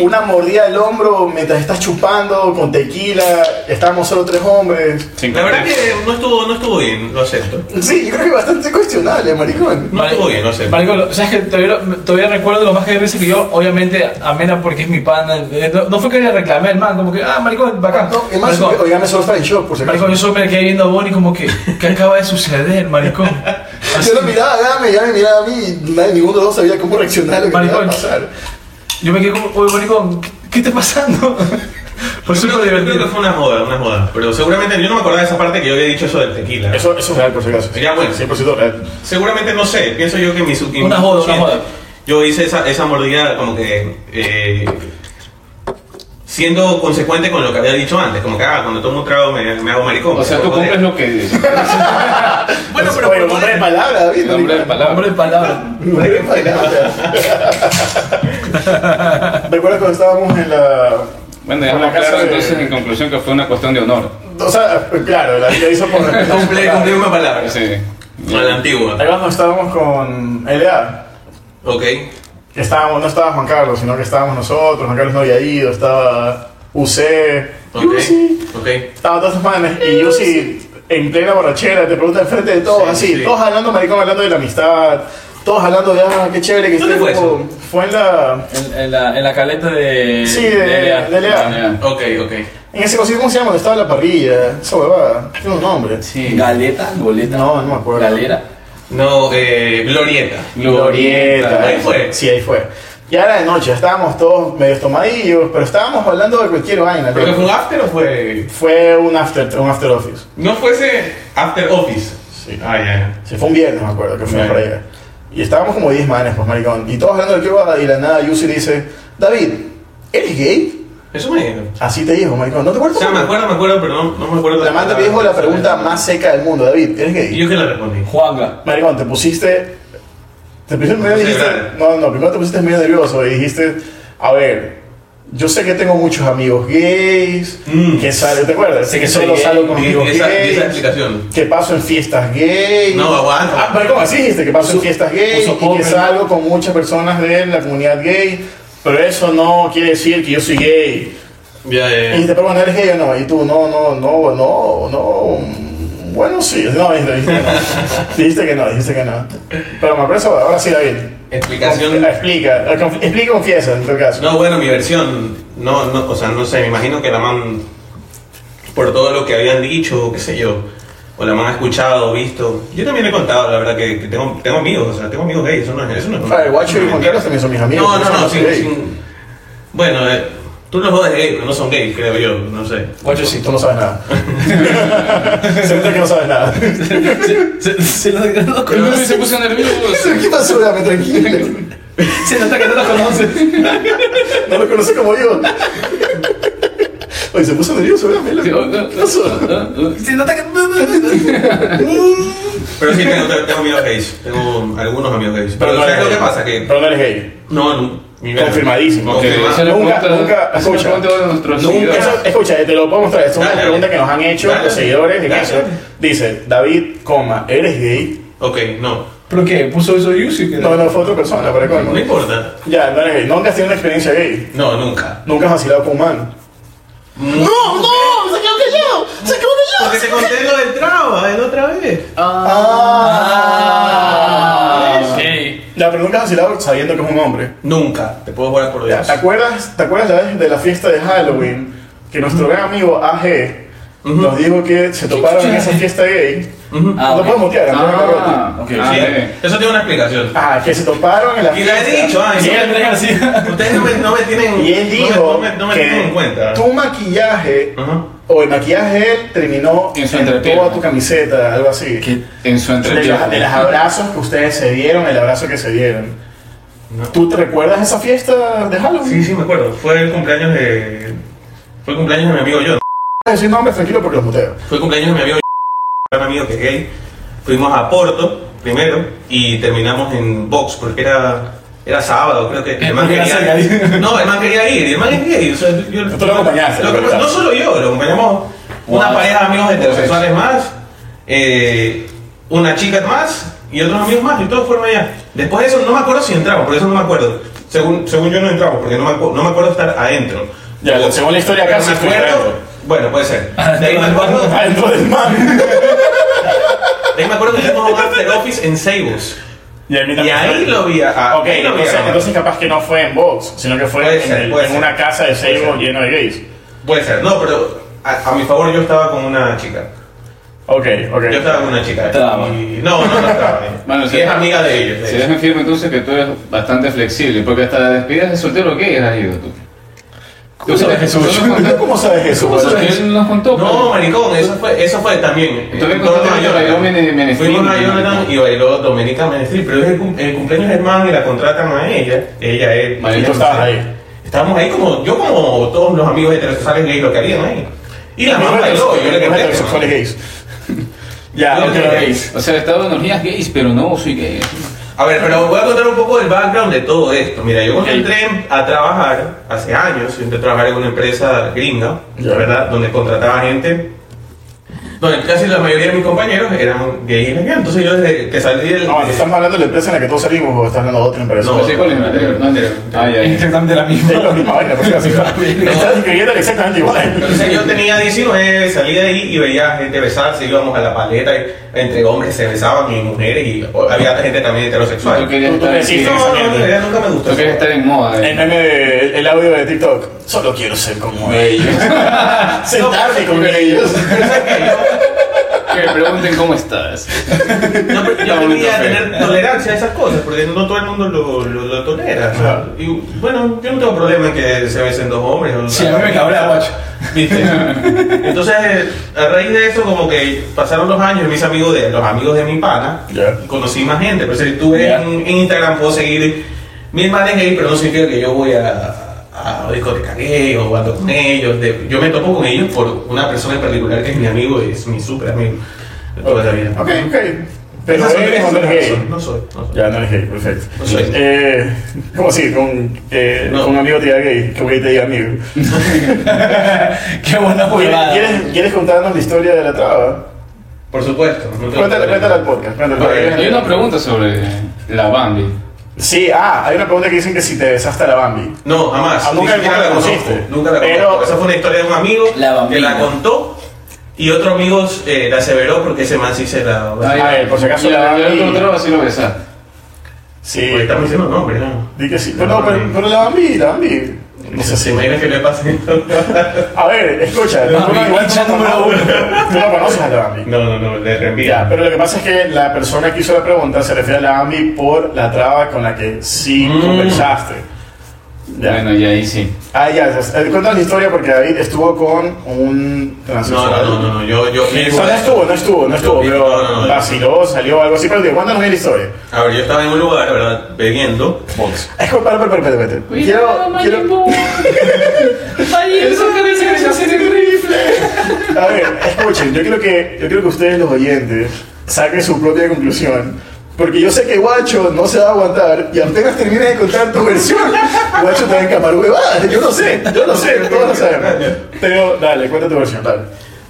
Speaker 1: una mordida al hombro mientras estás chupando con tequila, estábamos solo tres hombres.
Speaker 3: Sin
Speaker 4: La verdad
Speaker 3: contexto.
Speaker 4: que no estuvo, no estuvo bien, lo acepto.
Speaker 1: Sí, yo creo que bastante cuestionable, maricón.
Speaker 4: No estuvo bien, lo acepto.
Speaker 2: Eh, Marico, lo- sabes que todavía, lo- todavía recuerdo lo más que veces que yo, obviamente, amena porque es mi pana. eh, No, no fue que le reclamé al man, como que, ah, marico, bacán.
Speaker 1: No, es más,
Speaker 2: Maricón,
Speaker 1: oiganme, solo estaba en shock, por si acaso.
Speaker 2: Marico, yo solo me quedé viendo a Bonnie como que, ¿qué acaba de suceder, maricón? Así,
Speaker 1: Yo lo miraba, dame, ya me miraba a mí, y nadie, ninguno de los dos sabía cómo reaccionar a lo que iba a
Speaker 2: Maricón.
Speaker 1: pasar.
Speaker 5: *laughs*
Speaker 2: yo me quedé como, oye, maricón, ¿qué, qué está pasando?
Speaker 4: Fue pues, súper divertido. Creo que fue una joda, una joda. Pero seguramente yo no me acordaba de esa parte que yo había dicho eso del tequila.
Speaker 1: Eso, eso es real, por si acaso.
Speaker 4: Ya, bueno.
Speaker 1: 100% real.
Speaker 4: Seguramente no sé, pienso yo que mi subconsciente-
Speaker 5: Una joda, una joda.
Speaker 4: Yo hice esa, esa mordida como que eh, siendo consecuente con lo que había dicho antes, como que ah, cuando tomo un trago me, me hago maricón.
Speaker 3: O sea, tú
Speaker 4: Joder.
Speaker 3: cumples lo que dices.
Speaker 4: Bueno, pero
Speaker 1: Pues, Oye, hombre
Speaker 4: por
Speaker 1: de
Speaker 4: joder.
Speaker 1: palabra, David.
Speaker 3: Nombre de
Speaker 1: ahorita.
Speaker 3: palabra.
Speaker 5: Hombre de palabra.
Speaker 1: Hombre de palabra.
Speaker 4: *laughs*
Speaker 1: ¿Recuerdas cuando estábamos en la.
Speaker 3: Bueno,
Speaker 1: en
Speaker 3: dejamos
Speaker 1: la
Speaker 3: claro
Speaker 1: casa de-
Speaker 3: entonces en conclusión que fue una cuestión de honor.
Speaker 1: O sea, claro, la la hizo
Speaker 4: *laughs*
Speaker 1: por respeto.
Speaker 4: Cumple, cumple una palabra.
Speaker 3: Sí.
Speaker 4: A la antigua.
Speaker 1: Ahí cuando estábamos con LA.
Speaker 4: Ok.
Speaker 1: que Estábamos, no estaba Juan Carlos, sino que estábamos nosotros. Juan Carlos no había ido, estaba UC.
Speaker 4: Ok. Ok.
Speaker 1: Estaban todos estos manes. Y yo sí, en plena borrachera, te pregunta enfrente de todos,
Speaker 4: Sí,
Speaker 1: así.
Speaker 4: sí.
Speaker 1: Todos hablando, maricón, hablando de la amistad. Todos hablando de, ah, qué chévere que
Speaker 4: ¿Dónde
Speaker 1: esté
Speaker 4: fue
Speaker 1: como- Fue en la.
Speaker 5: En, en la, en la caleta de.
Speaker 1: Sí, de,
Speaker 5: LA.
Speaker 1: de LA.
Speaker 4: Ok, ok.
Speaker 1: En ese concierto, ¿cómo se llama? Donde estaba la parrilla. Esa huevada. Tiene un nombre.
Speaker 3: Sí.
Speaker 5: Galeta, goleta.
Speaker 1: No, no me acuerdo.
Speaker 5: Galera.
Speaker 4: No, eh, Glorieta.
Speaker 1: Glorieta.
Speaker 4: Ahí fue.
Speaker 1: Sí, ahí fue. Ya era de noche, estábamos todos medio tomadillos, pero estábamos hablando de cualquier vaina.
Speaker 4: ¿Pero que
Speaker 1: loco.
Speaker 4: fue un after o fue.?
Speaker 1: Fue un after, un after office.
Speaker 4: No fuese after office.
Speaker 1: Sí.
Speaker 4: Ah, ya,
Speaker 1: Sí, fue un viernes, me acuerdo, que fuimos
Speaker 4: Ya.
Speaker 1: para allá. Y estábamos como 10 manes, pues, maricón. Y todos hablando de qué va, y de la nada Yusi dice, David, ¿eres gay?
Speaker 4: ya. Eso me dijeron.
Speaker 1: Así te dijo, maricón. ¿No te
Speaker 4: O
Speaker 1: acuerdas?
Speaker 4: sea, me acuerdo, me acuerdo, pero no, no me acuerdo.
Speaker 1: La manda te dijo la pregunta más seca del mundo, David, ¿eres gay?
Speaker 4: ¿Y yo qué le respondí?
Speaker 5: Juanga.
Speaker 1: Maricón, te pusiste. Te primero me
Speaker 4: Sí,
Speaker 1: dijiste.
Speaker 4: vale.
Speaker 1: No, no, primero te pusiste medio nervioso y dijiste, a ver. Yo sé que tengo muchos amigos gays,
Speaker 4: Mm.
Speaker 1: que salen, ¿te acuerdas? Sé que
Speaker 5: soy
Speaker 1: solo
Speaker 5: gay.
Speaker 1: salgo con
Speaker 4: Di-
Speaker 1: amigos
Speaker 4: di esa- di esa
Speaker 1: gays.
Speaker 4: explicación.
Speaker 1: Que paso en fiestas gays.
Speaker 4: No, aguanta.
Speaker 1: Ah, pero ¿cómo así dijiste? Que paso en
Speaker 5: Puso-
Speaker 1: fiestas gays
Speaker 5: puso
Speaker 1: y que
Speaker 5: pobre, ¿no?
Speaker 1: salgo con muchas personas de la comunidad gay, pero eso no quiere decir que yo soy gay.
Speaker 4: Ya,
Speaker 1: Y
Speaker 4: ya.
Speaker 3: Eh,
Speaker 1: dijiste, pero bueno, eres gay o no. Y tú, no, no, no, no, no. mm, Bueno, sí. No, *laughs* dijiste, dijiste que no. dijiste que no, dijiste que no. Pero me aprecio, ahora sí, David.
Speaker 4: Explicación.
Speaker 1: Ah, Explica, ah, conf- explica y confiesa en tu caso.
Speaker 4: No, bueno, mi versión. No, no, o sea, no sé, me imagino que la man. Por todo lo que habían dicho, qué sé yo. O la man ha escuchado, visto. Yo también le he contado, la verdad, que, que tengo, tengo amigos, o sea, tengo amigos gays, eso no es. Eso no es
Speaker 1: A ver, Guacho y Juan Carlos también son mis amigos.
Speaker 4: No, no, no,
Speaker 1: son
Speaker 4: sí,
Speaker 1: gay.
Speaker 4: sí. Bueno, eh, tú los jodes gay, pero no son gays, creo yo, no sé.
Speaker 5: Guacho, sí.
Speaker 1: Tú no sabes nada. *laughs* Se nota que no sabes nada.
Speaker 5: Se, se, se lo- no lo
Speaker 3: Pero
Speaker 5: conoce.
Speaker 3: se puso nervioso.
Speaker 1: *laughs* ¿Qué pasó? Dame tranquilo.
Speaker 5: Se nota que no lo conoces.
Speaker 1: No lo conocí como yo. Oye, se puso nervioso, dame.
Speaker 3: Sí, oh, no,
Speaker 1: ¿Qué pasó?
Speaker 5: Se nota que.
Speaker 4: Pero sí, tengo, tengo amigos gays, tengo algunos amigos gays. Pero,
Speaker 1: no
Speaker 4: ¿sabes
Speaker 1: eres
Speaker 4: lo que
Speaker 1: gay.
Speaker 4: pasa? Que
Speaker 1: Pero no eres gay.
Speaker 4: no, no, mi verga.
Speaker 1: Confirmadísimo.
Speaker 3: Ok,
Speaker 4: Confirmado.
Speaker 3: esa es la
Speaker 1: Nunca,
Speaker 3: pregunta-
Speaker 1: nunca,
Speaker 3: esa es la
Speaker 1: escucha.
Speaker 3: pregunta de nuestros
Speaker 4: Nunca-
Speaker 3: seguidores.
Speaker 1: Eso, escucha, te lo puedo mostrar. Esta es una
Speaker 4: Dale,
Speaker 1: pregunta que nos han hecho
Speaker 4: dale.
Speaker 1: los seguidores. en
Speaker 4: Dale.
Speaker 1: eso. Dice, David, coma, ¿eres gay?
Speaker 4: Ok, no,
Speaker 5: ¿Pero qué? ¿Puso eso Yusi?
Speaker 1: No, no, fue otra persona, para el colmo.
Speaker 4: no importa.
Speaker 1: Ya, no eres gay. Nunca has tenido una experiencia gay.
Speaker 4: No, nunca.
Speaker 1: Nunca has vacilado con un man.
Speaker 4: ¡No,
Speaker 1: no! ¡Se quedó callado! ¡Se quedó callado!
Speaker 4: Porque te conté lo del traba, ¿eh? otra vez.
Speaker 1: Ah.
Speaker 3: Sí.
Speaker 1: Ya, pero nunca has vacilado sabiendo que es un hombre.
Speaker 4: Nunca, te puedo jugar por
Speaker 1: Ya,
Speaker 4: Dios.
Speaker 1: ¿Te acuerdas, ¿Te acuerdas la vez de la fiesta de Halloween? Que nuestro gran amigo AG nos dijo que se toparon en esa fiesta gay.
Speaker 5: Ah,
Speaker 1: no
Speaker 5: ok.
Speaker 1: podemos mutear, Andrea
Speaker 3: Ah,
Speaker 1: Carrotti.
Speaker 3: ok.
Speaker 4: Sí,
Speaker 3: Ah,
Speaker 4: eso tiene una explicación.
Speaker 1: Ah, que se toparon en la
Speaker 4: Y la
Speaker 1: fiesta.
Speaker 4: he dicho, ah,
Speaker 1: Y
Speaker 4: eso-
Speaker 1: él-
Speaker 5: así.
Speaker 4: ustedes no me, no me tienen.
Speaker 1: Y él
Speaker 4: no me-
Speaker 1: dijo
Speaker 4: No me, no me
Speaker 1: que
Speaker 4: tienen en cuenta.
Speaker 1: tu maquillaje
Speaker 4: Ajá.
Speaker 1: o el maquillaje de él terminó
Speaker 3: En su
Speaker 1: en
Speaker 3: entrepierna.
Speaker 1: toda tu camiseta, algo así.
Speaker 3: En su
Speaker 1: De, las- de los
Speaker 3: entrevista.
Speaker 1: abrazos que ustedes se dieron, el abrazo que se dieron.
Speaker 4: No.
Speaker 1: ¿Tú te recuerdas esa fiesta de Halloween?
Speaker 4: Sí, sí, me acuerdo. Fue el cumpleaños de. Fue el cumpleaños de mi amigo John.
Speaker 1: Voy a decir nombres tranquilo porque los muteo. *laughs*
Speaker 4: Fue el cumpleaños de mi amigo John, un amigo que es gay. Fuimos a Porto primero y terminamos en Vox porque era. Era sábado, creo que. El man
Speaker 5: porque era
Speaker 4: quería
Speaker 5: cerca.
Speaker 4: ir. No, el man quería ir. El man es gay. O sea, yo,
Speaker 1: Tú lo acompañaste,
Speaker 4: lo
Speaker 1: la
Speaker 4: que-
Speaker 1: verdad.
Speaker 4: no solo yo, lo acompañamos una
Speaker 5: Wow.
Speaker 4: pareja de amigos heterosexuales más, eh, una chica más y otros amigos más, y todos fueron allá. Después de eso, no me acuerdo si entramos, por eso no me acuerdo. Según, según yo, no entramos, porque no me, acu- no me acuerdo estar adentro.
Speaker 1: Ya,
Speaker 4: O-
Speaker 1: según la historia
Speaker 4: pero
Speaker 1: acá, sí
Speaker 4: me
Speaker 1: estuviste
Speaker 4: acuerdo.
Speaker 1: adentro.
Speaker 4: Bueno, puede ser. De ahí me acuerdo,
Speaker 1: Adentro del man.
Speaker 4: de ahí me acuerdo que fuimos a un after office en Seibos.
Speaker 1: Y, a mí
Speaker 4: Y
Speaker 1: también
Speaker 4: ahí
Speaker 1: fue.
Speaker 4: lo vi a. a-
Speaker 1: Ok,
Speaker 4: ahí lo vi a-
Speaker 1: entonces, entonces capaz que no fue en Vox, sino que fue
Speaker 4: Puede
Speaker 1: en,
Speaker 4: ser,
Speaker 1: el-
Speaker 4: puede
Speaker 1: en
Speaker 4: ser.
Speaker 1: una casa de
Speaker 4: Puede
Speaker 1: Seibo
Speaker 4: ser.
Speaker 1: lleno de gays.
Speaker 4: Puede ser, no, pero a, a mi favor yo estaba con una chica.
Speaker 1: Ok, ok.
Speaker 4: Yo estaba con una chica.
Speaker 5: Traba.
Speaker 4: Y, no, no, no estaba. eh.
Speaker 3: Bueno,
Speaker 4: y
Speaker 3: sí.
Speaker 4: es amiga de ellos. de
Speaker 3: Se
Speaker 4: ellos.
Speaker 3: dejan firme entonces que tú eres bastante flexible, porque hasta despedidas de soltero gay has ido tú.
Speaker 1: ¿Cómo sabes eso? ¿Cómo sabes eso?
Speaker 3: O sea,
Speaker 1: boludo?
Speaker 3: él nos contó.
Speaker 4: No, maricón, eso fue, eso fue también.
Speaker 3: Entonces,
Speaker 4: Eh, todo
Speaker 3: ¿cuánto tiempo
Speaker 4: Nueva
Speaker 3: bailó Mene- Menestril?
Speaker 4: Fuimos a Jonathan y bailó Dominica Menestril, pero es el, cum- el cumpleaños del man y la contratan a ella. Ella es.
Speaker 1: Manito,
Speaker 4: ella-
Speaker 1: estabas ahí.
Speaker 4: Estábamos ahí como. Yo, como todos los amigos heterosexuales gays, lo que harían ahí. Y la
Speaker 1: Los
Speaker 4: mamá bailó, yo le
Speaker 1: heterosexuales
Speaker 4: conté.
Speaker 1: heterosexuales gays.
Speaker 4: *laughs*
Speaker 1: Ya,
Speaker 4: Yo
Speaker 1: ok.
Speaker 4: creo que-
Speaker 3: O sea, estaba en orgías gays, pero no soy gay.
Speaker 4: A ver, pero voy a contar un poco del background de todo esto. Mira, yo cuando entré a trabajar hace años, yo entré a trabajar en una empresa gringa,
Speaker 1: Ya.
Speaker 4: ¿verdad? Donde contrataba gente, donde casi la mayoría de mis compañeros eran gays y lesbianas. Entonces yo desde que salí del...
Speaker 1: No, ¿estamos hablando de la empresa en la que todos salimos o estás hablando de otra empresa?
Speaker 4: No,
Speaker 3: No sé cuál es, Pues no, no, no, no. Ah, ya,
Speaker 5: Es
Speaker 3: ya.
Speaker 5: exactamente la misma.
Speaker 1: *laughs* Es la misma vaina, por si
Speaker 4: *laughs*
Speaker 1: acaso. Estás escribiendo exactamente igual.
Speaker 4: Entonces yo tenía 19, salí de ahí y veía gente besarse, íbamos a la paleta, y entre hombres se besaban y mujeres, y o- había gente también heterosexual.
Speaker 3: Tú querías
Speaker 1: Tú
Speaker 3: estar,
Speaker 1: decís,
Speaker 3: sí,
Speaker 4: No, no, en realidad nunca me gustó.
Speaker 3: tú querías estar en moda.
Speaker 1: El
Speaker 3: eh.
Speaker 1: meme de- el audio de TikTok. Solo quiero ser como ellos. *laughs* Sentarme con ellos.
Speaker 3: Que me pregunten cómo estás.
Speaker 4: No, pero yo
Speaker 3: Está bonito,
Speaker 4: debería
Speaker 3: Fer.
Speaker 4: tener tolerancia a esas cosas, porque no todo el mundo lo, lo, lo tolera. ¿no?
Speaker 1: Claro.
Speaker 4: Y bueno, yo no tengo problema en que se besen dos hombres. o-
Speaker 5: Sí, a mí me cabrea, guacho.
Speaker 4: ¿Viste? *laughs* Entonces, eh, a raíz de eso, como que pasaron los años, y mis amigos de los amigos de mi pana,
Speaker 1: Ya.
Speaker 4: conocí más gente. Pero si tú ves
Speaker 5: Ya.
Speaker 4: en, en Instagram, puedo seguir mil manes gay, pero no significa que yo voy a, a discoteca gay o ando con ellos. de- yo me topo con ellos por una persona en particular que es mi amigo y es mi super amigo de toda la vida.
Speaker 1: Ok, ok. Pero
Speaker 4: Esas son
Speaker 1: eres
Speaker 4: esas
Speaker 1: o no eres
Speaker 4: son-
Speaker 1: gay.
Speaker 4: No soy, no soy.
Speaker 1: Ya, no eres gay, perfecto.
Speaker 4: No soy.
Speaker 1: Eh, ¿Cómo así? Con, eh,
Speaker 4: No.
Speaker 1: con un amigo te diga gay, que un gay te diga amigo. *laughs*
Speaker 5: Qué buena jugada.
Speaker 1: ¿Quieres, ¿Quieres contarnos la historia de la traba?
Speaker 4: Por supuesto. no te-
Speaker 1: Cuéntala, cuéntala al podcast. cuéntala al podcast.
Speaker 3: Hay una pregunta sobre la Bambi.
Speaker 1: Sí, ah, hay una pregunta que dicen que si te besaste a la Bambi.
Speaker 4: No, jamás.
Speaker 1: Ah, nunca
Speaker 4: Ni siquiera
Speaker 1: la
Speaker 4: la conozco.
Speaker 1: conociste.
Speaker 4: Nunca la
Speaker 1: Pero-
Speaker 4: conozco. Esa fue una historia de un amigo
Speaker 5: La bambina.
Speaker 4: que la contó y otro amigo eh, la aseveró porque ese man sí se la.
Speaker 3: Pues
Speaker 1: Ay, a ver, por si acaso
Speaker 3: Y
Speaker 1: la
Speaker 3: la
Speaker 1: Bambi-
Speaker 3: Bambi. otro así lo besaste.
Speaker 1: Sí.
Speaker 4: Porque Pues estamos diciendo nombre, ¿no?
Speaker 1: Di que sí. Pero, no, pero, pero la Bambi, la Bambi. No sé
Speaker 4: ¿Se
Speaker 1: si.
Speaker 4: imaginan que le pase?
Speaker 1: A ver, escucha. tú no- igual tú no conoces- Tú no conoces a la Bambi.
Speaker 4: *laughs* no, no, no, le reenvía.
Speaker 1: Ya, pero lo que pasa es que la persona que hizo la pregunta se refiere a la Bambi por la traba con la que sí
Speaker 4: Mm.
Speaker 1: conversaste. Ya.
Speaker 3: Bueno, y ahí sí.
Speaker 1: Ah, ya, ya, cuéntanos la historia porque David estuvo con un
Speaker 4: No,
Speaker 1: transexual.
Speaker 4: no, no, no, no, yo. yo
Speaker 1: O sea, no estuvo, no estuvo, no estuvo,
Speaker 4: Yo-
Speaker 1: pero
Speaker 4: no, no, no.
Speaker 1: vaciló, salió algo así, pero digo, cuéntanos bien la historia.
Speaker 4: A ver, yo estaba en un lugar, ¿verdad? Bebiendo.
Speaker 1: Es que, para, para, para, para, para. Pues Quiero, *laughs* quiero, a ver, escuchen, yo quiero que, yo quiero que ustedes los oyentes saquen su propia conclusión. Porque yo sé que Guacho no se va a aguantar y apenas termines de contar tu versión, Guacho te va a encapar huevadas. Yo no sé, yo no sé, todos lo sabemos. Pero dale, cuenta tu versión, dale.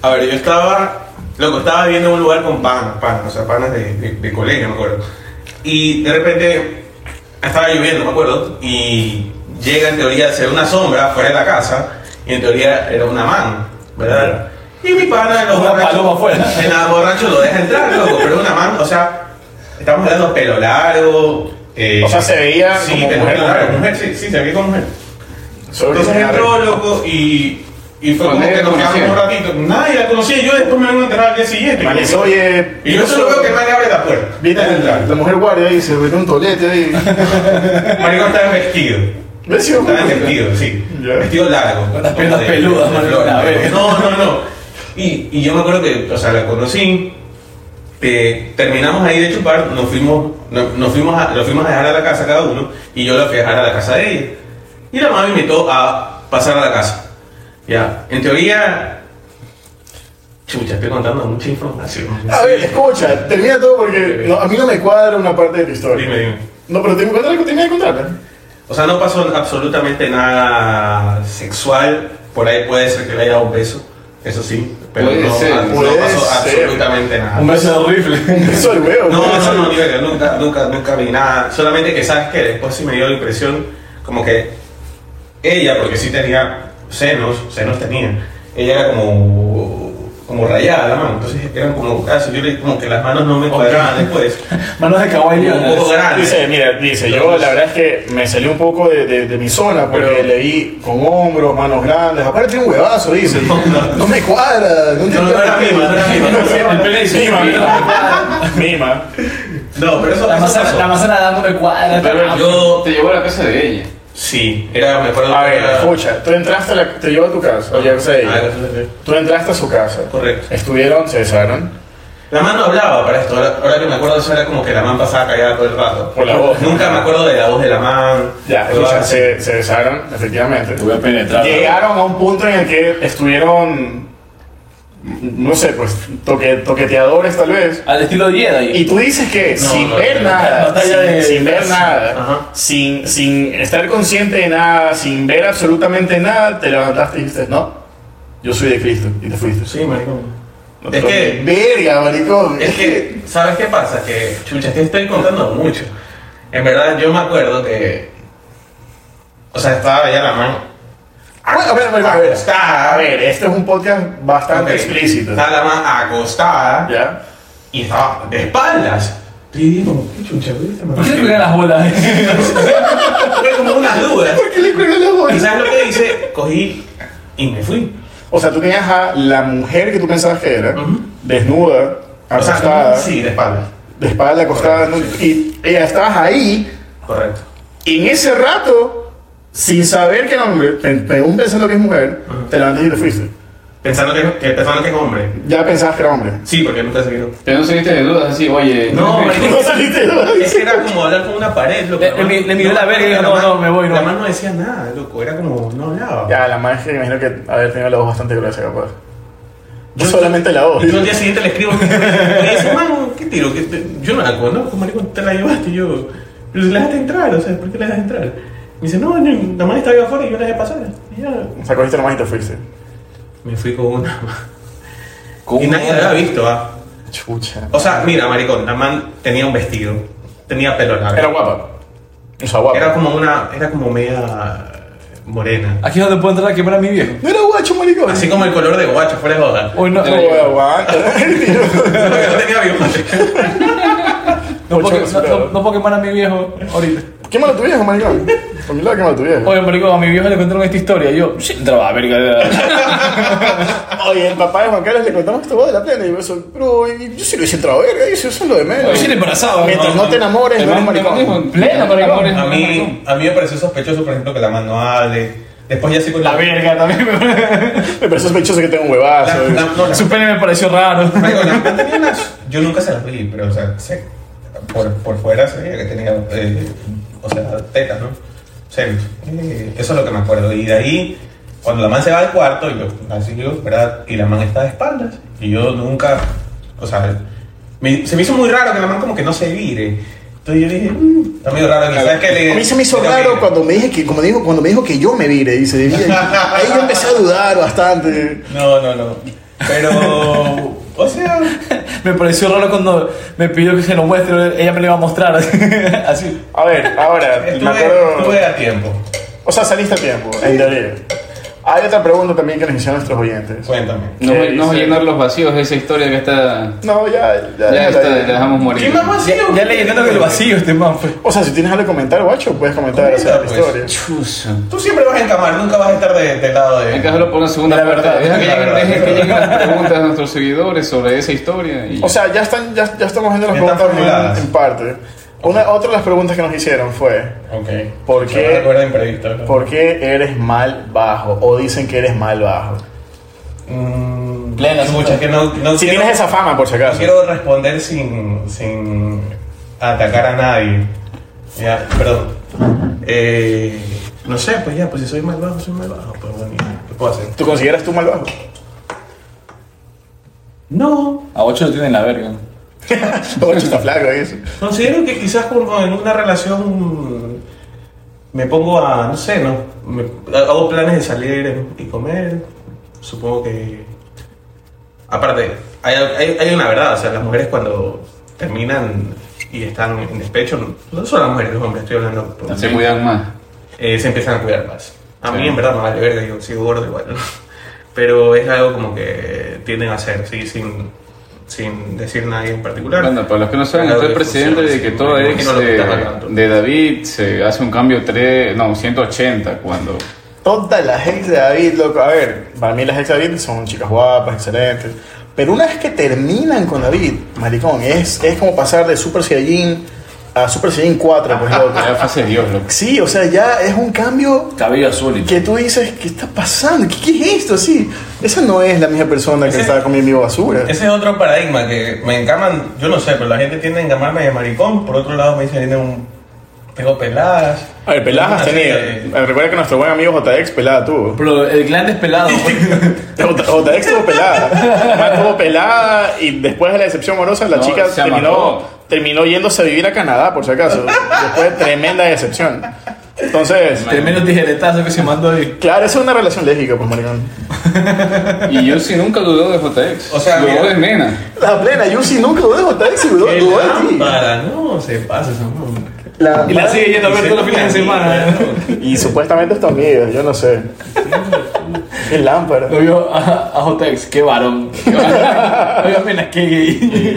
Speaker 4: A ver, yo estaba, loco, estaba viendo un lugar con panas, panas, o sea, panas de, de- de colegio, me acuerdo. Y de repente estaba lloviendo, me acuerdo, y llega en teoría a ser una sombra fuera de la casa, y en teoría era una man, ¿verdad? Y mi pana, los
Speaker 5: Una paloma afuera.
Speaker 4: borrachos, el borracho lo deja entrar, loco, pero una man, o sea, estamos hablando pelo largo. eh,
Speaker 1: O sea, se veía
Speaker 4: sí,
Speaker 1: como
Speaker 4: pelo
Speaker 1: mujer, mujer.
Speaker 4: largo, mujer, sí, sí, se veía como mujer.
Speaker 1: Sobre
Speaker 4: Entonces entró, loco, y, y fue
Speaker 3: Con
Speaker 4: como
Speaker 3: él
Speaker 4: que nos
Speaker 3: conocía.
Speaker 4: quedamos un ratito. Nadie la conocía, yo después me vengo a enterar al día siguiente.
Speaker 1: Vale, oye.
Speaker 4: Y yo solo veo que nadie abre la puerta.
Speaker 1: Viene
Speaker 4: Nadie entra.
Speaker 1: la mujer guardia y se ve un tolete
Speaker 4: *laughs*
Speaker 1: ahí.
Speaker 4: Maricón estaba vestido.
Speaker 1: ¿Ves? Sí,
Speaker 4: Estaba vestido, sí.
Speaker 1: Ya.
Speaker 4: Vestido largo.
Speaker 5: Con las piernas
Speaker 4: De-
Speaker 5: peludas,
Speaker 4: de
Speaker 5: Maricón,
Speaker 4: flor,
Speaker 5: a ver.
Speaker 4: No, no, no. Y, y yo me acuerdo que, o sea, la conocí. eh, terminamos ahí de chupar, nos fuimos, no- nos fuimos a, lo fuimos a dejar a la casa cada uno y yo la fui a dejar a la casa de ella. Y la mamá me invitó a pasar a la casa. Ya, en teoría. Chucha, estoy contando mucha información.
Speaker 1: A ver, escucha, termina todo porque no, a mí no me cuadra una parte de la historia.
Speaker 4: Dime, dime.
Speaker 1: No, pero tengo que contar ¿eh? algo, tenía que contarla.
Speaker 4: O sea, no pasó absolutamente nada sexual. Por ahí puede ser que le haya dado un beso. Eso sí. Pero
Speaker 3: Puede
Speaker 4: no,
Speaker 3: ser,
Speaker 4: a- no
Speaker 1: puede
Speaker 4: pasó
Speaker 1: ser.
Speaker 4: absolutamente nada.
Speaker 5: Un
Speaker 4: No,
Speaker 5: beso de rifle.
Speaker 1: Eso el huevo.
Speaker 4: no, no, ni verga, nunca, nunca, nunca vi nada. Solamente que sabes que después sí me dio la impresión como que ella, porque sí tenía senos, senos tenía, ella era como, como rayada la mano. Entonces eran como casi, yo le, como que las manos no me
Speaker 1: *laughs*
Speaker 4: cuadraban después.
Speaker 5: Manos de kawaii
Speaker 4: Como un
Speaker 5: Leonard.
Speaker 4: poco grandes.
Speaker 1: Dice, mira, dice, yo la verdad es que me salí un poco de, de- de mi zona porque
Speaker 4: Pero-
Speaker 1: le vi con hombros, manos grandes, aparte tiene un huevazo, dice. No,
Speaker 4: No, no.
Speaker 1: me cuadra, no
Speaker 4: No, no era
Speaker 1: mi
Speaker 4: mima, no era
Speaker 1: *laughs*
Speaker 4: mima.
Speaker 5: El pene dice,
Speaker 1: Mima,
Speaker 5: "Mima".
Speaker 1: mima. Mima.
Speaker 4: No, pero eso
Speaker 5: La
Speaker 4: eso
Speaker 5: manzana,
Speaker 4: pasó.
Speaker 5: la manzana dándome cuadra.
Speaker 3: Pero
Speaker 4: yo-
Speaker 3: yo te llevó a la casa de ella.
Speaker 4: Sí, era mejor
Speaker 1: A ver, escucha, tú entraste a la, te llevó a tu casa, o ya sé,
Speaker 4: Ah, eso es así.
Speaker 1: tú entraste a su casa,
Speaker 4: Correcto.
Speaker 1: estuvieron, se besaron,
Speaker 4: La man no hablaba para esto. Ahora, ahora que me acuerdo, eso era como que la man pasaba callada todo el rato.
Speaker 1: Por la voz.
Speaker 4: Nunca me acuerdo de la voz de la man.
Speaker 1: ya,
Speaker 4: Todo
Speaker 1: escucha,
Speaker 4: así.
Speaker 1: se, se besaron, efectivamente,
Speaker 5: Voy a penetrar.
Speaker 1: llegaron a un punto en el que estuvieron, no sé, pues toque, toqueteadores tal vez,
Speaker 5: Al estilo Jedi.
Speaker 1: Y tú dices que sin
Speaker 4: no,
Speaker 1: ver
Speaker 4: no,
Speaker 1: nada,
Speaker 5: batalla
Speaker 1: sin,
Speaker 5: de-
Speaker 1: sin ver
Speaker 4: Ajá.
Speaker 1: nada, sin, sin estar consciente de nada, sin ver absolutamente nada, te levantaste y dijiste, no, yo soy de Cristo y te fuiste.
Speaker 4: Sí, maricón.
Speaker 1: No te
Speaker 4: Es
Speaker 1: toques.
Speaker 4: que-
Speaker 1: Verga, maricón.
Speaker 4: Es que, ¿sabes qué pasa? Que, chucha, te estoy contando mucho. En verdad, yo me acuerdo que. O sea, estaba ya la man.
Speaker 1: Bueno, a ver, a ver, a ver.
Speaker 4: Acostada.
Speaker 1: A ver, este es un podcast bastante
Speaker 4: Ok.
Speaker 1: explícito.
Speaker 4: Estaba la man acostada
Speaker 1: ¿Ya?
Speaker 4: y estaba de espaldas. Y digo, ¿qué chucha, güey? Esta
Speaker 5: Ah, ¿Por
Speaker 4: man-
Speaker 5: qué le pegan las bolas?
Speaker 4: Fue como unas dudas.
Speaker 1: ¿Por qué le cuelgan la
Speaker 4: ¿Y
Speaker 1: voz?
Speaker 4: sabes lo que hice? Cogí y me fui.
Speaker 1: O sea, tú tenías a la mujer que tú pensabas que era,
Speaker 4: Ujú.
Speaker 1: desnuda,
Speaker 4: O sea,
Speaker 1: acostada,
Speaker 4: sí, de espaldas.
Speaker 1: de espalda acostada, ¿no? y ella estabas ahí.
Speaker 4: Correcto.
Speaker 1: en ese rato, sin saber que era hombre, pe- pe- aún pensando que es mujer,
Speaker 4: Ajá.
Speaker 1: te levantaste y te fuiste.
Speaker 4: Pensando que, que- pensando que es hombre.
Speaker 1: Ya pensabas que era hombre.
Speaker 4: Sí, porque nunca se vio.
Speaker 3: Pero no saliste de dudas así, oye.
Speaker 5: *laughs*
Speaker 4: No, marico.
Speaker 1: No saliste de dudas.
Speaker 4: Es que era como hablar con una pared, loco.
Speaker 5: Le- le mi- le miró la verga y dijo, no,
Speaker 4: man-
Speaker 5: no, me voy, no.
Speaker 4: La mano no decía nada, loco. Era como, no hablaba.
Speaker 1: Ya, la magia, imagino que haber tenido la voz bastante gruesa, capaz. Yo
Speaker 4: Yo-
Speaker 1: solamente la voz.
Speaker 4: Y yo al día siguiente le escribo. *laughs* Y dice, mano, ¿qué tiro? ¿Qué te- Yo no la conozco, maricón, te la llevaste. Y yo, pero si la dejaste entrar, o sea, ¿por qué la dejaste entrar? Me dice, no, yo, la mano estaba ahí afuera y yo la dejé pasar. Y ya.
Speaker 1: O sea, cogiste la magia y te fuiste.
Speaker 4: Me fui con una. Y nadie la había visto, ah.
Speaker 1: Chucha.
Speaker 4: O sea, mira, maricón, la man tenía un vestido, tenía pelo largo.
Speaker 1: Era guapa. O sea, guapa.
Speaker 4: Era como una, era como media morena.
Speaker 5: *laughs* Aquí es donde puedo entrar a quemar a mi viejo.
Speaker 1: No era guacho, maricón.
Speaker 4: Así como el color de guacho, fuera de joda.
Speaker 5: *laughs* Hoy no,
Speaker 1: No,
Speaker 5: no,
Speaker 1: aguanta.
Speaker 4: Solo que no tenía bigote.
Speaker 5: no puedo, que- no- no- no puedo quemar a mi viejo ahorita.
Speaker 1: ¿Qué malo tu viejo, maricón? Por mi lado, qué malo tu viejo.
Speaker 5: Oye, marico, a mi viejo le contaron esta historia. Yo, sí, entraba a verga.
Speaker 1: Oye, el papá de Juan Carlos le contamos esta voz de la plena y yo soy, pero y yo sí lo hice entrar a verga, y eso eso es lo de menos.
Speaker 5: Yo sí le embarazaba.
Speaker 1: Mientras no te enamores, no eres maricón.
Speaker 3: Pleno, maricón.
Speaker 4: A mí, a mí me pareció sospechoso, por ejemplo, que la mano hable. Después ya sí con
Speaker 5: La verga también.
Speaker 1: Me parece sospechoso que tenga un huevazo.
Speaker 4: La- la- no, la-
Speaker 5: Su pene me pareció raro.
Speaker 4: Marico, la man tenía unas- Yo nunca se las vi, pero, o sea, se- por, por fuera se veía que tenía, eh, o sea, tetas, ¿no? O sea, eh, eso es lo que me acuerdo. Y de ahí, cuando la man se va al cuarto, yo, así yo, ¿verdad? Y la man está de espaldas. Y yo nunca, o sea, me- se me hizo muy raro que la man como que no se vire. Entonces yo dije, "Mm, está medio raro. quizás que le-
Speaker 1: A mí se me hizo
Speaker 4: que no
Speaker 1: raro
Speaker 4: vire".
Speaker 1: cuando me dije que, como dijo, cuando me dijo que yo me vire, dice, y
Speaker 4: *laughs*
Speaker 1: ahí yo empecé a dudar bastante.
Speaker 4: No, no, no. Pero, o sea,
Speaker 5: Me pareció raro cuando me pidió que se lo muestre. Ella me lo iba a mostrar. *laughs* Así.
Speaker 1: A ver, ahora, me
Speaker 4: estuve,
Speaker 1: acuerdo.
Speaker 4: estuve a tiempo.
Speaker 1: O sea, saliste a tiempo, en teoría. Hay otra pregunta también que les hicieron nuestros oyentes.
Speaker 4: Cuéntame.
Speaker 3: No,
Speaker 1: ¿Qué
Speaker 3: voy- no voy a
Speaker 1: dice?
Speaker 3: llenar los vacíos de esa historia que está.
Speaker 1: No, ya, ya.
Speaker 3: Ya está,
Speaker 1: ya.
Speaker 3: la dejamos morir.
Speaker 5: Ya, ya le llenando el vacío a este man. fue.
Speaker 1: O sea, si tienes algo que comentar, guacho, puedes comentar
Speaker 4: Comenta,
Speaker 1: acerca de la
Speaker 4: pues.
Speaker 1: historia.
Speaker 3: Chuso.
Speaker 4: Tú siempre vas a encamar, nunca vas a estar de- del lado de.
Speaker 3: Hay que hacerlo por una segunda
Speaker 1: La
Speaker 3: parte.
Speaker 1: verdad,
Speaker 3: Deja que
Speaker 4: la
Speaker 3: lleguen-
Speaker 4: verdad.
Speaker 3: dejen que lleguen las preguntas de nuestros seguidores sobre esa historia. y-
Speaker 1: O sea, ya, están, ya, ya estamos viendo las
Speaker 4: Ya están
Speaker 1: preguntas
Speaker 4: formuladas.
Speaker 1: en, en parte. Una, otra de las preguntas que nos hicieron fue,
Speaker 4: Ok.
Speaker 1: ¿Por
Speaker 4: Se
Speaker 1: qué?
Speaker 4: me recuerda imprevisto. ¿no?
Speaker 1: ¿por qué eres mal bajo? O dicen que eres mal bajo.
Speaker 4: Mm,
Speaker 5: Plena,
Speaker 4: muchas que no. no
Speaker 1: Si
Speaker 4: quiero,
Speaker 1: tienes esa fama, por si
Speaker 4: no
Speaker 1: acaso.
Speaker 4: quiero responder sin, sin atacar a nadie. Ya, perdón. Eh, no sé, pues ya, pues si soy mal bajo, soy mal bajo. Pues bueno, ya, ¿qué puedo hacer?
Speaker 1: ¿Tú consideras tú mal bajo? *laughs*
Speaker 4: No,
Speaker 5: A 8 lo tienen la verga.
Speaker 1: Ocho está flaco eso.
Speaker 4: considero que quizás como en una relación me pongo a, no sé, no, Me- hago planes de salir y comer. Supongo que Aparte, hay, hay- hay una verdad, o sea, las mujeres cuando terminan y están en despecho, no son las mujeres, los hombres, estoy hablando, por-
Speaker 3: se cuidan más.
Speaker 4: eh, se empiezan a cuidar más. A mí
Speaker 3: Sí.
Speaker 4: en verdad me vale verga, yo sigo gordo igual, ¿no? *laughs* pero es algo como que tienden a hacer, ¿sí? sin, sin decir nadie en particular.
Speaker 3: Bueno, para los que no saben,
Speaker 4: Claro,
Speaker 3: está el
Speaker 4: de
Speaker 3: presidente de
Speaker 4: funciones,
Speaker 3: que
Speaker 4: sí,
Speaker 3: todo
Speaker 4: me
Speaker 3: ex
Speaker 4: imagino lo que
Speaker 3: eh,
Speaker 4: estás hablando.
Speaker 3: de David se hace un cambio 3, no, 180 cuando...
Speaker 1: Todas las ex de David, loco. A ver, para mí las ex de David son chicas guapas, excelentes. Pero una vez que terminan con David, maricón, es, es como pasar de Super Saiyajin a Super Saiyan 4, pues
Speaker 4: *laughs*
Speaker 1: loco.
Speaker 3: Ya fase de Dios, loco.
Speaker 1: Sí, o sea, ya es un cambio
Speaker 5: Cabello azul y
Speaker 1: que tú dices, ¿qué está pasando? ¿Qué, qué es esto? Sí, esa no es la misma persona que
Speaker 4: Ese-
Speaker 1: estaba comiendo mi basura.
Speaker 4: Ese es otro paradigma que me encaman, yo no sé, pero la gente tiende a encamarme de maricón. Por otro lado, me dicen, "Tiene un. Tengo peladas.
Speaker 1: A ver, peladas has
Speaker 4: Así
Speaker 1: tenido.
Speaker 4: que-
Speaker 1: Eh, Recuerda que nuestro buen amigo JX pelada tuvo.
Speaker 5: Pero el glande es pelado. *laughs* pues.
Speaker 1: J- JX tuvo pelada. Además, tuvo pelada y después de la decepción amorosa, la
Speaker 3: No,
Speaker 1: chica
Speaker 3: se
Speaker 1: terminó,
Speaker 3: amarró.
Speaker 1: terminó yéndose a vivir a Canadá, por si acaso. Después de tremenda decepción. Entonces,
Speaker 5: Tremendo tijeretazo que se mandó ahí.
Speaker 1: claro, eso es una relación lésbica, pues, maricón.
Speaker 3: Y yo sí nunca dudé de JX.
Speaker 4: O sea,
Speaker 3: dudó
Speaker 4: mira.
Speaker 3: de Nena.
Speaker 1: La plena, yo sí nunca dudé de JX y dudó
Speaker 4: ¡Qué
Speaker 1: dudó de ti.
Speaker 4: lámpara! No, se pasa esa broma.
Speaker 1: La-
Speaker 5: Y la sigue yendo a ver todos los fines de semana. ¿eh?
Speaker 1: Y supuestamente es tu amiga, yo no sé. Qué lámpara.
Speaker 5: Lo vio a, a Jotex, qué varón. Qué *laughs* varón. Oiga, mena, qué gay.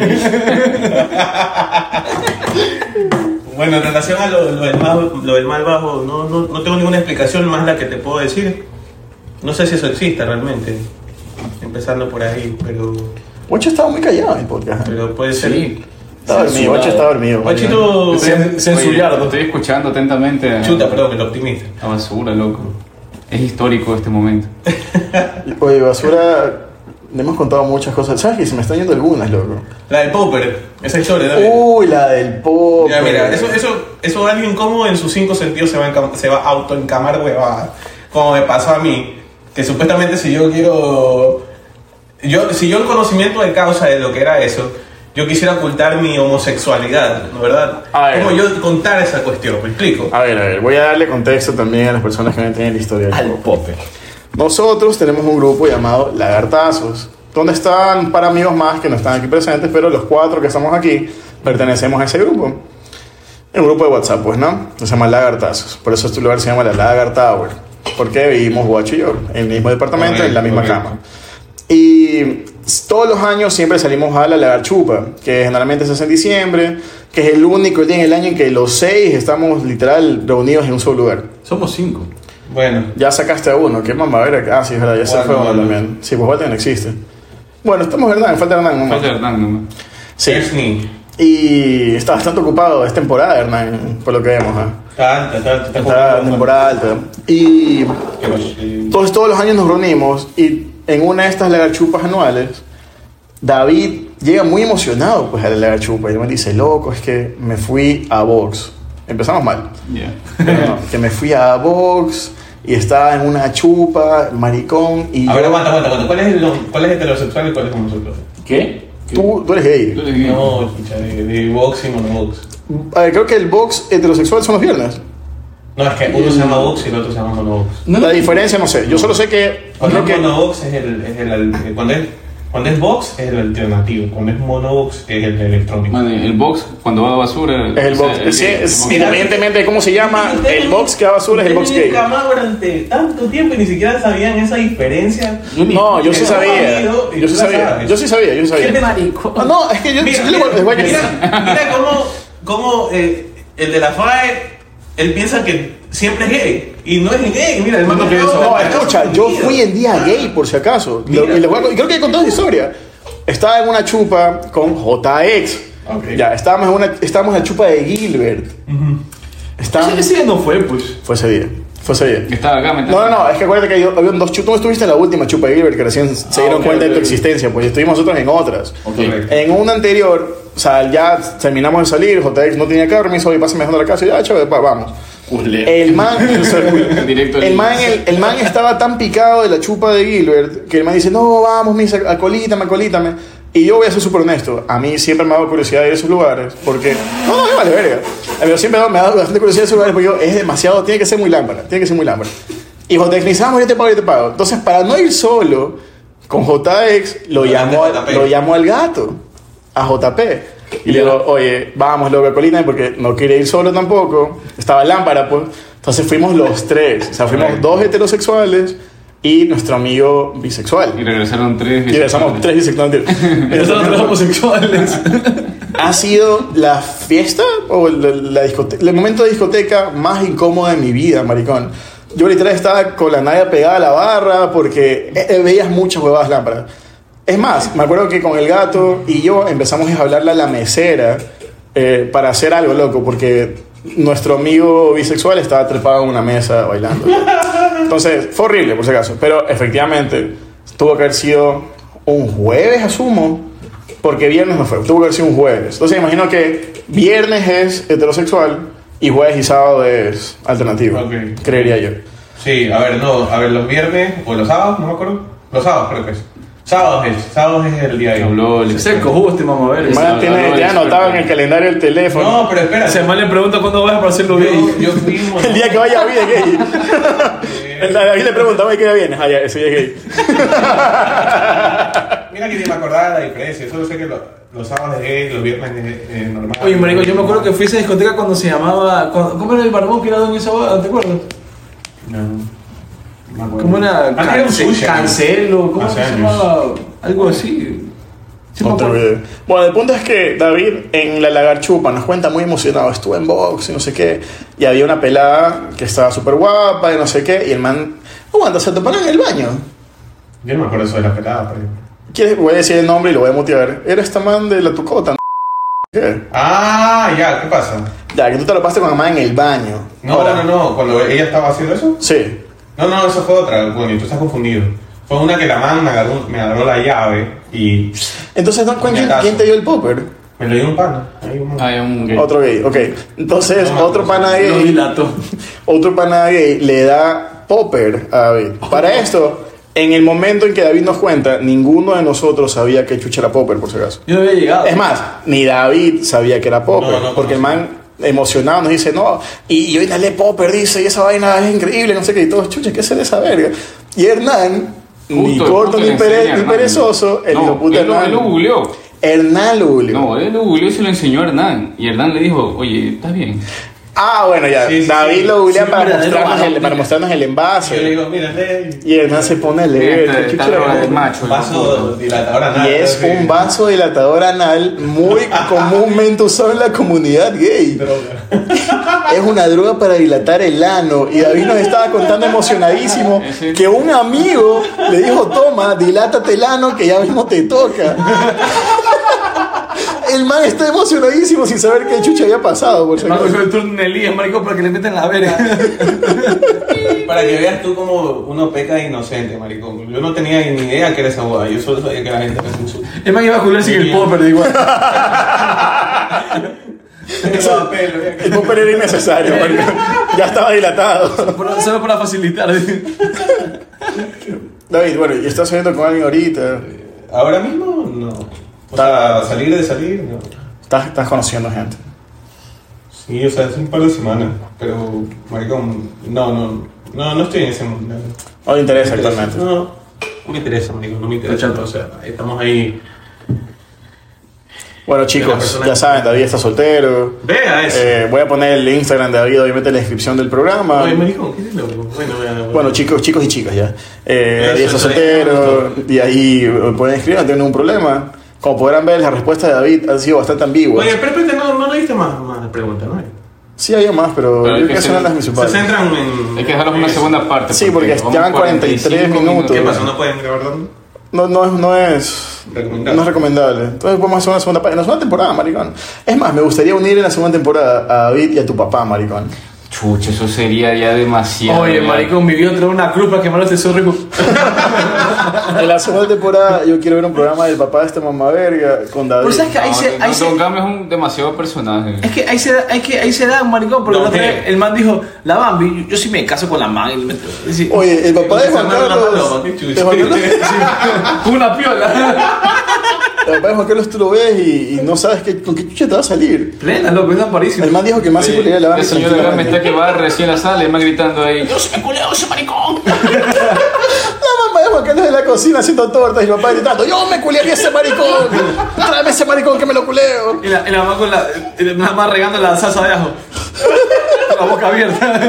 Speaker 4: Bueno, en relación a lo, lo del, bajo- lo del mal bajo, no, no, no tengo ninguna explicación más la que te puedo decir. No sé si eso existe realmente, empezando por ahí, pero,
Speaker 1: Ocho estaba muy callado en el podcast. ¿eh?
Speaker 4: pero puede ser.
Speaker 5: Sí.
Speaker 1: Estaba dormido, Ocho estaba dormido.
Speaker 4: Machito,
Speaker 5: Cen- Censurardo.
Speaker 3: Estoy escuchando atentamente a
Speaker 4: Chuta, perdón, el optimista.
Speaker 3: la basura, loco. Es histórico este momento.
Speaker 1: Oye, basura, le hemos contado muchas cosas. ¿Sabes que se me están yendo algunas, loco?
Speaker 4: La del Popper, esa historia, dale.
Speaker 5: Uh,
Speaker 1: Uy, la del pop.
Speaker 4: Ya, mira, eso, eso, eso alguien como en sus cinco sentidos se va, a encam- se va a autoencamar huevada. Como me pasó a mí, que supuestamente si yo quiero... Yo, si yo el conocimiento de causa de lo que era eso, yo quisiera ocultar mi homosexualidad, ¿no verdad?
Speaker 1: A ver.
Speaker 4: Como yo contar esa cuestión, ¿me explico?
Speaker 1: A ver, a ver, voy a darle contexto también a las personas que no tienen la historia del pop.
Speaker 5: Pope.
Speaker 1: Nosotros tenemos un grupo llamado Lagartazos, donde están para amigos más que no están aquí presentes, pero los cuatro que estamos aquí pertenecemos a ese grupo. Un grupo de WhatsApp, pues, ¿no? Se llama Lagartazos. Por eso este lugar se llama la Lagar Tower. Porque vivimos Guacho y yo en el mismo departamento, en la misma
Speaker 3: Correcto,
Speaker 1: cama. Y s- todos los años siempre salimos a la Lagarchupa, que generalmente se hace en diciembre, que es el único día en el año en que los seis estamos literal reunidos en un solo lugar.
Speaker 5: Somos cinco.
Speaker 4: Bueno,
Speaker 1: Ya sacaste a uno, qué mamá verga. Ah, sí, es verdad, ya se
Speaker 4: Juan,
Speaker 1: fue uno
Speaker 4: Juan.
Speaker 1: también. Sí, pues Walter no existe. Bueno, estamos Hernán, falta Hernán nomás.
Speaker 3: Falta Hernán nomás.
Speaker 1: Sí.
Speaker 4: Disney.
Speaker 1: Y está bastante ocupado, es temporada Hernán, por lo que vemos. ¿ah?
Speaker 4: Tanta, tanta, tanta-
Speaker 1: Está temporada alta. Y entonces todos los años nos reunimos y en una de estas lagarchupas anuales, David llega muy emocionado pues a la lagarchupa y me dice, loco, es que me fui a Vox. Empezamos *laughs* mal.
Speaker 3: Ya.
Speaker 1: Bueno, que me fui a Vox y estaba en una chupa, maricón y
Speaker 4: A
Speaker 1: yo-
Speaker 4: ver, aguanta, aguanta, aguanta. ¿Cuál es, el, ¿Cuál es heterosexual y cuál es homosexual?
Speaker 5: ¿Qué?
Speaker 1: Tú, tú eres gay.
Speaker 3: Entonces,
Speaker 4: No, escucha, de, de box y monobox.
Speaker 1: A ver, creo que el box heterosexual son los viernes.
Speaker 4: No, es que uno se llama box y el otro se llama monobox.
Speaker 1: La diferencia no sé. Yo solo sé que.
Speaker 4: Cuando
Speaker 1: creo
Speaker 4: es
Speaker 1: que
Speaker 4: monobox es el, es el, al- eh, cuando es cuando es box es el alternativo, cuando es monobox es el electrónico.
Speaker 3: Man, el box cuando va a la basura.
Speaker 1: es el box. Sí, es- independientemente de cómo se llama, el box que da basura es el box gay.
Speaker 4: Encamado durante tanto tiempo y ni siquiera sabían esa diferencia.
Speaker 1: No, yo sí
Speaker 4: Yo
Speaker 1: sabía.
Speaker 4: no he
Speaker 1: Yo sí
Speaker 4: ido y tú la
Speaker 1: sabía.
Speaker 4: sabes.
Speaker 1: Yo sí sabía, yo sí
Speaker 4: Qué
Speaker 1: sabía.
Speaker 4: marico.
Speaker 1: Ah, no, es que yo
Speaker 4: Mira,
Speaker 1: yo le voy- les voy a
Speaker 4: mira,
Speaker 1: decir.
Speaker 4: mira cómo, cómo eh, el de la FAE, él piensa que siempre es gay. Y no es gay, mira, el man
Speaker 1: No, escucha, yo fui el día gay, por si acaso. Lo-
Speaker 4: Mira.
Speaker 1: y les voy a con- y creo que he contado esa historia. Estaba en una chupa con JX.
Speaker 4: Ok.
Speaker 1: Ya, estábamos en, una, estábamos en la chupa de Gilbert. Estábamos-
Speaker 5: Ese día no fue, pues.
Speaker 1: Fue ese día. Fue ese día.
Speaker 3: Estaba acá, ¿me
Speaker 1: No, no, no, es que acuérdate que yo- habían dos chupas. Tú estuviste en la última chupa de Gilbert que recién se dieron
Speaker 5: Ah, ok,
Speaker 1: cuenta de tu
Speaker 5: ok.
Speaker 1: existencia, pues estuvimos nosotros en otras.
Speaker 5: Ok.
Speaker 1: En una anterior, o sea, ya terminamos de salir, JX no tenía carro, me hizo, oye, pásame dejando la casa, y ya, chévere, pa, vamos. El man,
Speaker 3: *laughs*
Speaker 1: o sea,
Speaker 3: Directo al
Speaker 1: el, man el, el man estaba tan picado de la chupa de Gilbert que el man dice, no, vamos, mis, acolítame, acolítame. Y yo voy a ser súper honesto, a mí siempre me ha dado curiosidad ir a esos lugares, porque... No, no, me vale verga. A mí siempre me ha dado- me ha dado bastante curiosidad esos lugares, porque yo, es demasiado, tiene que ser muy lámpara, tiene que ser muy lámpara. Y JX me dice, vamos, yo te pago, yo te pago. Entonces, para no ir solo, con JX lo,
Speaker 4: Adelante,
Speaker 1: llamó,
Speaker 4: JP.
Speaker 1: lo llamó al gato, a JP. Y le digo, oye, vamos, loco, Colina, porque no quiere ir solo tampoco. Estaba lámpara, pues. Entonces fuimos los tres. O sea, fuimos dos heterosexuales y nuestro amigo
Speaker 3: Y
Speaker 1: bisexual.
Speaker 3: regresaron tres.
Speaker 1: Y regresamos tres bisexuales.
Speaker 5: *laughs* Nosotros los homosexuales.
Speaker 1: *laughs* ha sido la fiesta o la, la discote- el momento de discoteca más incómodo de mi vida, maricón. Yo literal estaba con la nalga pegada a la barra porque eh, eh, veías muchas huevadas lámparas. Es más, me acuerdo que con el gato y yo empezamos a hablarle a la mesera eh, para hacer algo, loco, porque nuestro amigo bisexual estaba trepado en una mesa bailando. Entonces, fue horrible, por si acaso. Pero efectivamente, tuvo que haber sido un jueves, asumo, porque viernes no fue, tuvo que haber sido un jueves. Entonces, imagino que viernes es heterosexual y jueves y sábado es alternativo,
Speaker 4: Ok.
Speaker 1: creería yo.
Speaker 4: Sí, a ver, no, a ver, los viernes o los sábados, no me acuerdo. Los sábados creo que es. Sábados es, sábados es el día de hoy.
Speaker 3: Habló el
Speaker 5: Ese es cojudo este mamá, a ver.
Speaker 1: Man, tiene-
Speaker 3: no,
Speaker 1: ya
Speaker 3: es
Speaker 1: anotaba en
Speaker 3: verdad.
Speaker 1: el calendario el teléfono.
Speaker 4: No, pero espera,
Speaker 5: Ese man le pregunta cuándo vas para hacerlo
Speaker 4: yo,
Speaker 5: bien.
Speaker 4: yo mismo.
Speaker 1: El día que vaya a vida gay. El- A David le preguntaba qué día vienes. Ah, ya, ese día es gay.
Speaker 4: Mira que ni me acordaba la diferencia, solo sé que lo- los sábados es gay, los viernes es, es normal.
Speaker 5: Oye, marico, yo me acuerdo que fui a esa discoteca cuando se llamaba... cuando- ¿Cómo era el barbón que era en esa boda? ¿Te acuerdas?
Speaker 4: No. me acuerdo. Ah,
Speaker 5: Como una...
Speaker 4: Antes era un
Speaker 5: cance-
Speaker 4: sushi,
Speaker 5: Cancelo, ¿cómo
Speaker 4: Hace
Speaker 5: se
Speaker 4: años.
Speaker 5: llamaba? Algo así. Sí, me
Speaker 1: Otro
Speaker 5: acuerdo.
Speaker 1: video. Bueno, el punto es que David en la lagarchupa nos cuenta muy emocionado. Estuve en box y no sé qué. Y había una pelada que estaba súper guapa y no sé qué. Y el man, aguanta, se toparon en el baño.
Speaker 4: Yo no me acuerdo eso de la pelada, por ejemplo.
Speaker 1: ¿Quieres? Voy a decir el nombre y lo voy a mutear. Era esta man de la tucota. ¿no? ¿Qué?
Speaker 4: Ah, ya, ¿qué pasa?
Speaker 1: Ya, que tú te lo pasaste con la man en el baño.
Speaker 4: No,
Speaker 1: Ahora.
Speaker 4: no, no, cuando ella estaba haciendo eso.
Speaker 1: Sí.
Speaker 4: No, no, eso fue otra, bueno, tú estás confundido. Fue una que la man me agarró, me agarró la llave y
Speaker 1: Entonces, ¿no? ¿quién,
Speaker 4: Puñetazo.
Speaker 1: ¿quién te dio el popper?
Speaker 4: me lo dio un pan. Ahí un man.
Speaker 3: Hay un gay.
Speaker 1: Otro gay, ok. Entonces,
Speaker 4: No,
Speaker 1: otro pana gay.
Speaker 5: Lo dilató.
Speaker 1: Otro pana gay le da popper a David.
Speaker 3: Oh.
Speaker 1: Para esto, en el momento en que David nos cuenta, ninguno de nosotros sabía que chucha era popper, por si acaso.
Speaker 5: Yo no había llegado.
Speaker 1: Es más, ni David sabía que era popper,
Speaker 4: No, no,
Speaker 1: porque el
Speaker 4: no.
Speaker 1: man emocionado nos dice, no, y, y hoy dale popper, dice, y esa vaina es increíble, no sé qué, y todos, chucha, ¿qué será esa verga? Y Hernán, ni
Speaker 3: Justo,
Speaker 1: corto
Speaker 3: justo
Speaker 1: ni,
Speaker 3: le
Speaker 1: pere-
Speaker 3: enseña,
Speaker 1: ni
Speaker 3: Hernán.
Speaker 1: perezoso, el
Speaker 3: No,
Speaker 1: hijo puta
Speaker 3: él lo-
Speaker 1: Hernán.
Speaker 3: él lo googleó.
Speaker 1: Hernán lo googleó.
Speaker 3: No, él lo googleó y se lo enseñó a Hernán. Y Hernán le dijo, oye, ¿estás bien?
Speaker 1: Ah, bueno, ya.
Speaker 4: Sí, sí,
Speaker 1: David
Speaker 4: sí.
Speaker 1: lo googlea
Speaker 5: Sí, un
Speaker 1: para,
Speaker 5: verdadero
Speaker 1: mostrarnos el,
Speaker 5: varón,
Speaker 1: para
Speaker 5: mira.
Speaker 1: mostrarnos el
Speaker 4: Yo le
Speaker 1: envase.
Speaker 4: digo, mira, este lee.
Speaker 1: Y Hernán se pone a leer.
Speaker 3: Está-
Speaker 1: ¿qué
Speaker 3: Este, está
Speaker 1: chucha era?
Speaker 3: drogado el macho.
Speaker 4: Paso dilatador anal.
Speaker 1: y es
Speaker 4: creo que-
Speaker 1: un vaso dilatador anal
Speaker 4: *laughs*
Speaker 1: muy comúnmente usado en la comunidad gay.
Speaker 4: Droga.
Speaker 1: Es una droga para dilatar el ano. Y David nos estaba contando emocionadísimo
Speaker 3: Ese-
Speaker 1: que un amigo le dijo, toma, dilátate el ano que ya mismo te
Speaker 4: *laughs*
Speaker 1: toca. El man está emocionadísimo sin saber qué chucha había pasado. Por si
Speaker 5: Marco,
Speaker 1: acaso.
Speaker 5: yo turno en Elías, marico, para que le metan la verga.
Speaker 4: Para que veas tú como uno peca de inocente, maricón. Yo no tenía ni idea que era esa boda. Yo solo sabía que la gente me *laughs* puso.
Speaker 5: Es más, iba a jugar sin el
Speaker 4: Elías.
Speaker 5: popper, de igual.
Speaker 1: Eso- El popper era
Speaker 4: *laughs*
Speaker 1: innecesario, porque ya estaba dilatado.
Speaker 5: Por- Solo para facilitar.
Speaker 1: David, bueno, y estás saliendo con alguien ahorita.
Speaker 4: Ahora mismo, no. O sea, salir de salir, no.
Speaker 1: Estás, estás conociendo gente.
Speaker 4: Sí, o sea, hace un par de semanas. Pero, maricón, no, no. No, no estoy en ese mundo.
Speaker 1: No le interesa
Speaker 4: Exactamente.
Speaker 1: actualmente.
Speaker 4: No, no. No me interesa, maricón, no me interesa. O sea, estamos ahí.
Speaker 1: Bueno, chicos,
Speaker 4: persona-
Speaker 1: ya saben, David está soltero.
Speaker 4: Vea eso.
Speaker 1: Eh, voy a poner el Instagram de David, obviamente, en la descripción del programa.
Speaker 4: Oye, maricón, ¿qué es lo Bueno, vea, bueno.
Speaker 1: Bueno, chicos, chicos y chicas ya. Eh,
Speaker 4: Eso,
Speaker 1: David está
Speaker 4: eso,
Speaker 1: soltero. Y ahí eh, pueden escribir, no tienen ningún problema. Como podrán ver, las respuestas de David han sido bastante ambiguas.
Speaker 4: Oye, pero espérate, no, no leíste más, más preguntas, ¿no?
Speaker 1: Sí, había más, pero,
Speaker 3: Pero
Speaker 1: yo
Speaker 3: hay
Speaker 1: creo
Speaker 3: que
Speaker 1: que son
Speaker 3: hacer-
Speaker 1: las
Speaker 4: Se
Speaker 1: principales.
Speaker 4: centran en.
Speaker 3: Hay que dejarlos una
Speaker 4: en eso.
Speaker 3: segunda parte.
Speaker 1: Sí, porque
Speaker 3: vamos
Speaker 1: llevan 43 minutos.
Speaker 4: ¿Qué pasó? ¿No pueden grabar dónde?
Speaker 1: No, no, es- no es
Speaker 4: Recomendable.
Speaker 1: No es recomendable. Entonces vamos a hacer una segunda página. Una segunda temporada, maricón. Es más, me gustaría unir en la segunda temporada a David y a tu papá, maricón.
Speaker 3: Chucha, eso sería ya demasiado.
Speaker 5: Oye,
Speaker 3: ya.
Speaker 5: maricón, mi vida trae una cruz para quemar los tesoros.
Speaker 1: En la segunda temporada yo quiero ver un programa del papá de esta mamá verga con David.
Speaker 5: Pero sabes que ahí
Speaker 3: No,
Speaker 5: se.
Speaker 3: no,
Speaker 5: Ahí
Speaker 3: no,
Speaker 5: se
Speaker 3: Don Gama es un demasiado personaje.
Speaker 5: es que ahí se, da, es que ahí se da, maricón, porque
Speaker 4: No,
Speaker 5: la otra vez
Speaker 4: mire.
Speaker 5: el man dijo, la Bambi, yo, yo sí me caso con la man. y me- sí.
Speaker 1: Oye, el papá de Juan
Speaker 4: Fernando
Speaker 1: Carlos.
Speaker 4: Lamparo, qué chucha.
Speaker 1: de Juan Carlos-
Speaker 5: *laughs* una piola.
Speaker 1: El papá de Juan Carlos tú lo ves y, y no sabes qué- con qué chucha te va a salir.
Speaker 5: Plena, loco, es
Speaker 1: El
Speaker 5: lamparísimo.
Speaker 1: man dijo que más se podría lavar.
Speaker 3: El señor de Gama está que va recién a la sala y me gritando ahí. "Yo soy-".
Speaker 1: La mamá de Juan Carlos de la cocina haciendo tortas y el papá gritando: Yo me culearía ese maricón. Tráeme ese maricón que me lo culeo.
Speaker 5: Y la, y la mamá con la, y la mamá regando la salsa de ajo. Con la boca abierta.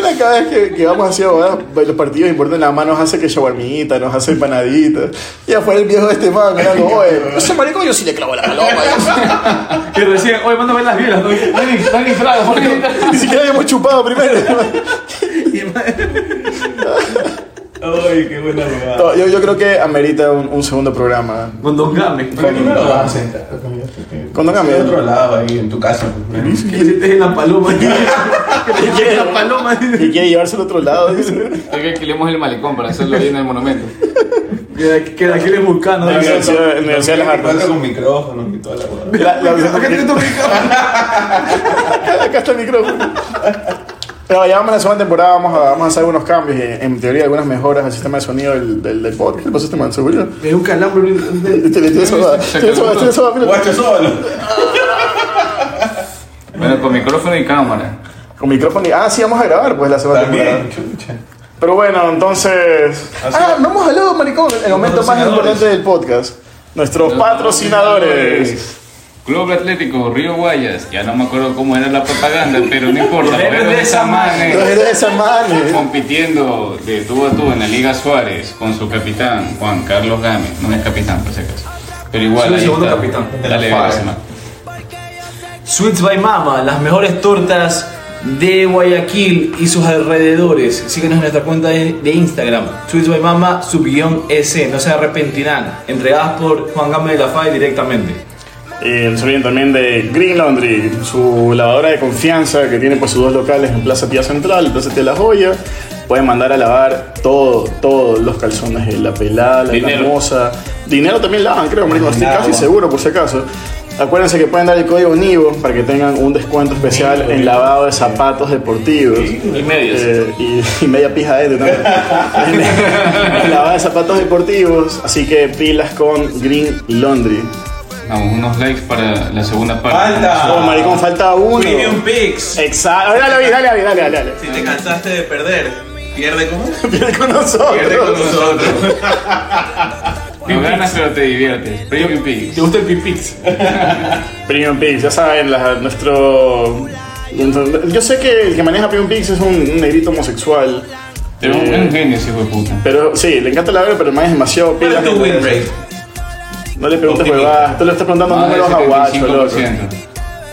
Speaker 1: La cada vez que, que vamos hacia bodas, los partidos importantes, la mamá nos hace que shawarmita, nos hace empanaditas. Y afuera el viejo de este man, mirando, oye, ese maricón yo sí le clavo la paloma. *laughs*
Speaker 5: Y recién, oye, mándame las bielas, ¿no? Dani, Dani, Fraga, por favor.
Speaker 1: Ni siquiera habíamos chupado primero.
Speaker 5: Y el man-
Speaker 4: Oye,
Speaker 6: Ay, qué buena huevada.
Speaker 1: To- Yo, yo creo que amerita un, un segundo programa.
Speaker 5: Con Don Game.
Speaker 6: ¿Para qué no lo vas a sentar? Camilo?
Speaker 1: Cuando cambie.
Speaker 6: En otro lado, ahí, en tu casa.
Speaker 5: Que le sientes en la paloma. *laughs* que le sientes en la paloma.
Speaker 1: Y quiere llevarse al otro lado. dice.
Speaker 3: Hay que alquilemos el malecón para hacerlo ahí en el monumento.
Speaker 5: Que que de aquí le es vulcano.
Speaker 1: La Universidad la Universidad de las
Speaker 6: Cuatro
Speaker 1: Artes.
Speaker 6: con micrófonos y toda la huevada.
Speaker 1: La- la- *laughs* Acá está el micrófono. Pero ya vamos a la segunda temporada, vamos a, vamos a hacer algunos cambios, eh, en teoría algunas mejoras al sistema de sonido del, del, del podcast. ¿Qué le pasó a este man? ¿Seguro?
Speaker 5: Me dio un calambre.
Speaker 1: *laughs* Tiene- Tiene soda, tiene soda, tiene soda, mira.
Speaker 6: Guacho solo.
Speaker 3: Bueno, con micrófono y cámara.
Speaker 1: Con micrófono y... Ah, sí, vamos a grabar pues la segunda temporada.
Speaker 6: También, chucha.
Speaker 1: Pero bueno, entonces... Ah, no hemos hablado, maricón, el momento más importante del podcast. Nuestros patrocinadores.
Speaker 3: Club Atlético, Río Guayas. Ya no me acuerdo cómo era la propaganda, pero no importa.
Speaker 5: héroes
Speaker 3: Pero
Speaker 5: de
Speaker 3: de esa
Speaker 1: Los
Speaker 3: manera.
Speaker 1: héroes de esa mano.
Speaker 3: compitiendo de tú a tú en la Liga Suárez con su capitán Juan Carlos Gámez. No es capitán, por si acaso. Pero igual.
Speaker 5: Soy el
Speaker 3: ahí
Speaker 5: segundo
Speaker 3: está.
Speaker 5: capitán.
Speaker 3: Dale, Benzema.
Speaker 5: Sweets by Mama, las mejores tortas de Guayaquil y sus alrededores. Síguenos en nuestra cuenta de, de Instagram, Sweets by Mama, subguión S. No se arrepentirán. Entregadas por Juan Gama de la FAE directamente.
Speaker 1: Eh, Nos olviden también de Green Laundry, su lavadora de confianza que tiene pues sus dos locales en Plaza Tía Central, Plaza Tía La Joya. Pueden mandar a lavar todo, todos los calzones, eh, la pelada, la
Speaker 3: Dinero.
Speaker 1: hermosa. Dinero también lavan, creo, marico, estoy
Speaker 6: Nada,
Speaker 1: casi
Speaker 6: va.
Speaker 1: seguro por si acaso. Acuérdense que pueden dar el código NIVO para que tengan un descuento especial en lavado de zapatos deportivos.
Speaker 3: Y medias.
Speaker 1: Eh, y, y media pija de también.
Speaker 3: *laughs*
Speaker 1: *laughs* En lavado de zapatos deportivos, así que pilas con Green Laundry.
Speaker 3: Vamos, unos likes para la segunda parte.
Speaker 1: Oh,
Speaker 6: Falta.
Speaker 1: maricón, falta uno.
Speaker 4: Premium Picks.
Speaker 1: Exacto. Dale, dale, dale, dale, dale, dale. *laughs*
Speaker 4: Si te cansaste de perder, pierde con
Speaker 1: Viene con nosotros.
Speaker 4: Pierde con nosotros.
Speaker 3: No ganas, pero te diviertes. Premium Pigs.
Speaker 5: ¿Te gusta el pipix?
Speaker 1: Premium Pix, ya saben, la- nuestro. Yo sé que el que maneja Premium Pix es un, un negrito homosexual.
Speaker 3: Pero es
Speaker 1: Eh,
Speaker 3: un genio ese hijo de puta.
Speaker 1: Pero sí, le encanta la verga, pero el man es demasiado
Speaker 4: ¿Cuál
Speaker 1: pila.
Speaker 4: es tu win rate? Ah,
Speaker 1: No le preguntes
Speaker 4: Optimista.
Speaker 1: huevadas. Tú le estás preguntando
Speaker 3: Más del
Speaker 1: números a Guacho, loco.
Speaker 3: 75%.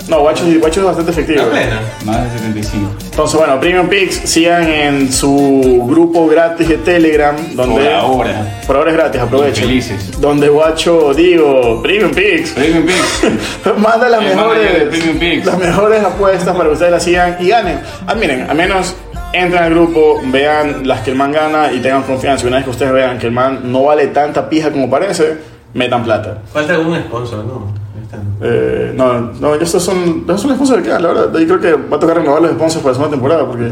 Speaker 1: No, Guacho, Guacho es bastante efectivo.
Speaker 4: La plena.
Speaker 3: Más del 75%.
Speaker 1: Entonces, bueno, Premium Pix, sigan en su grupo gratis de Telegram. Donde
Speaker 3: Por ahora.
Speaker 1: Por ahora es gratis, aprovechen.
Speaker 3: Felices.
Speaker 1: Donde Guacho, digo, Premium Pix.
Speaker 3: Premium Pigs.
Speaker 1: *laughs* Manda las
Speaker 3: El manager de Premium
Speaker 1: mejores,
Speaker 3: Picks.
Speaker 1: las mejores apuestas para que ustedes las sigan y ganen. Admiren, al menos entren al grupo, vean las que el man gana y tengan confianza. Y Una vez que ustedes vean que el man no vale tanta pija como parece, metan plata.
Speaker 4: Falta algún sponsor, ¿no? Ahí está.
Speaker 1: Eh, no, no, estos son, estos son sponsors que ganan, la verdad. Yo creo que va a tocar renovar los sponsors para la segunda temporada porque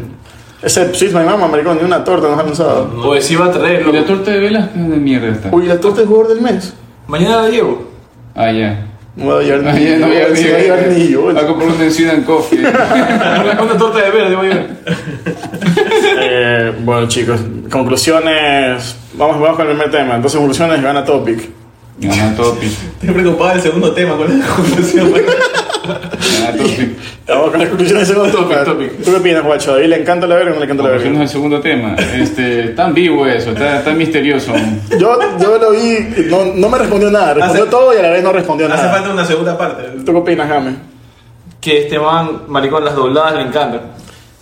Speaker 1: ese Sweet My Mama, maricón, ni una torta nos ha lanzado.
Speaker 5: Pues sí va a traer.
Speaker 3: Y la
Speaker 5: loco.
Speaker 3: torta de velas, ¿qué de mierda está?
Speaker 1: Uy, la torta es jugador del mes.
Speaker 5: Mañana la llevo.
Speaker 3: Ah, ya.
Speaker 1: No voy a llevar
Speaker 3: Ah,
Speaker 1: ni
Speaker 3: ya,
Speaker 1: yo,
Speaker 3: no voy a
Speaker 1: sí, Ah, voy a llevar ni
Speaker 3: venir.
Speaker 1: yo.
Speaker 3: Voy a comprar un Encina en Coffee.
Speaker 5: Una torta de verde voy a llevar.
Speaker 1: Eh, bueno, chicos, conclusiones. Vamos, vamos con el primer tema. Entonces, conclusiones, gana Topic.
Speaker 3: Gana Topic.
Speaker 4: Estoy preocupado del segundo tema, ¿cuál *laughs* es la conclusión?
Speaker 3: Gana Topic.
Speaker 1: Vamos con las conclusiones de segundo
Speaker 3: Topic,
Speaker 1: tema.
Speaker 3: topic.
Speaker 1: ¿Tú qué opinas, guacho? ¿A David le encanta la verga o no le encanta la
Speaker 3: Volviendo
Speaker 1: verga?
Speaker 3: al segundo tema. Este, tan vivo eso, tan, tan misterioso.
Speaker 1: Yo, yo lo vi, no, no me respondió nada. Respondió
Speaker 4: Hace-
Speaker 1: todo y a la vez no respondió
Speaker 4: Hace
Speaker 1: nada.
Speaker 4: falta una segunda parte.
Speaker 1: ¿Tú qué opinas, James?
Speaker 5: Que este man, maricón, las dobladas le encantan.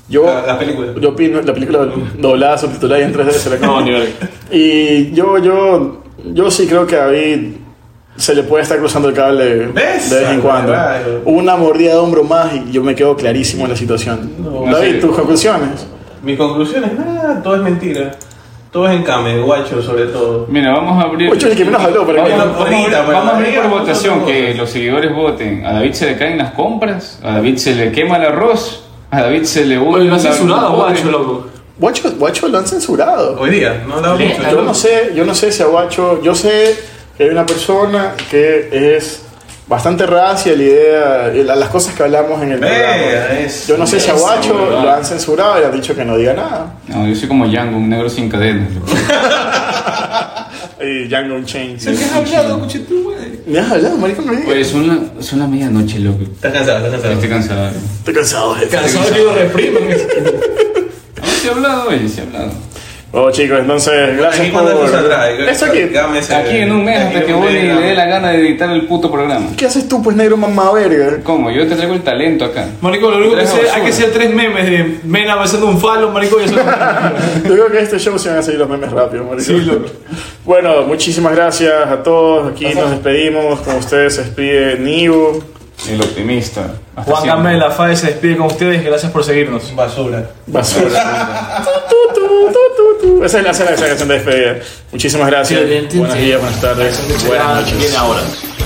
Speaker 1: Yo,
Speaker 4: La- la película.
Speaker 1: Yo opino, la película doblada, subtitulada y en 3D se la
Speaker 5: No,
Speaker 1: como.
Speaker 5: ni verga.
Speaker 1: Y yo, yo, yo sí creo que a David se le puede estar cruzando el cable
Speaker 4: ¿Ves?
Speaker 1: de vez en
Speaker 4: Ay,
Speaker 1: cuando.
Speaker 4: rayo.
Speaker 1: Una mordida de hombro más y yo me quedo clarísimo en la situación. David,
Speaker 3: Sí.
Speaker 1: tus conclusiones.
Speaker 4: Mi conclusión es nada, todo es mentira. Todo es encame, guacho sobre todo.
Speaker 3: Mira, vamos a abrir.
Speaker 1: Ocho, el que menos habló, pero
Speaker 3: Vamos,
Speaker 1: bueno,
Speaker 3: vamos a abrir-
Speaker 4: ahorita, bueno,
Speaker 3: vamos a abrir por
Speaker 4: ahorita,
Speaker 3: votación,
Speaker 4: vamos.
Speaker 3: que los seguidores voten. A David se le caen las compras, a David se le quema el arroz, a David se le hunde.
Speaker 5: Oye, lo ha
Speaker 3: la-
Speaker 5: censurado,
Speaker 3: pobre.
Speaker 5: guacho, loco.
Speaker 1: Guacho, Guacho lo han censurado.
Speaker 4: Hoy día, no hablaba
Speaker 3: Lea,
Speaker 4: mucho.
Speaker 1: Yo no sé, yo no sé si a Guacho, yo sé que hay una persona que es bastante racia la idea, la- las cosas que hablamos en el
Speaker 4: Vea,
Speaker 1: programa.
Speaker 4: es.
Speaker 1: Yo no sé si a
Speaker 3: Esa,
Speaker 1: Guacho
Speaker 3: huevada.
Speaker 1: lo han censurado y le han dicho que no diga nada.
Speaker 3: No, yo soy como Django, un negro sin cadenas. loco.
Speaker 1: Y Django Unchained.
Speaker 3: ¿Qué has hablado,
Speaker 4: tú, güey?
Speaker 1: Me has hablado, marico, no me digas.
Speaker 3: Pues son la, son la medianoche, loco.
Speaker 4: Estás cansado, estás
Speaker 3: Estoy
Speaker 4: cansado.
Speaker 3: cansado.
Speaker 1: Estoy cansado, jefe.
Speaker 5: Cansado que lo reprimen.
Speaker 3: Ah, No, se ha hablado, oye, se ha hablado.
Speaker 1: Oh, chicos, entonces, gracias
Speaker 4: Aquí cuando
Speaker 1: por...
Speaker 4: esto se atrae,
Speaker 1: Eso aquí.
Speaker 4: dígame ese-
Speaker 3: Aquí en un mes hasta
Speaker 4: aquí
Speaker 3: que
Speaker 4: en un
Speaker 3: Bonnie
Speaker 4: mes,
Speaker 3: le dé la gana de editar el puto programa.
Speaker 1: ¿Qué haces tú, pues, negro mamá verga?
Speaker 3: ¿Cómo? Yo te traigo el talento acá.
Speaker 5: Marico, lo único que
Speaker 3: Tres
Speaker 5: sé, hay
Speaker 3: basura.
Speaker 5: que hacer tres memes de Mena besando un falo, marico, y eso.
Speaker 1: Yo creo que este show se van a seguir los memes rápido, marico. Bueno, muchísimas gracias a todos. Aquí nos despedimos. Con ustedes se despide Nivo.
Speaker 3: El optimista. Hasta
Speaker 5: Juan
Speaker 3: siempre.
Speaker 5: Gamel, la FAE se despide con ustedes. Gracias por seguirnos.
Speaker 6: Basura.
Speaker 1: Basura. Tu, tu, tu, tu, tu. Esa es la, esa es la canción de despedida. Muchísimas gracias. Buenos días, buenas tardes, buenas noches.
Speaker 5: Bien ahora.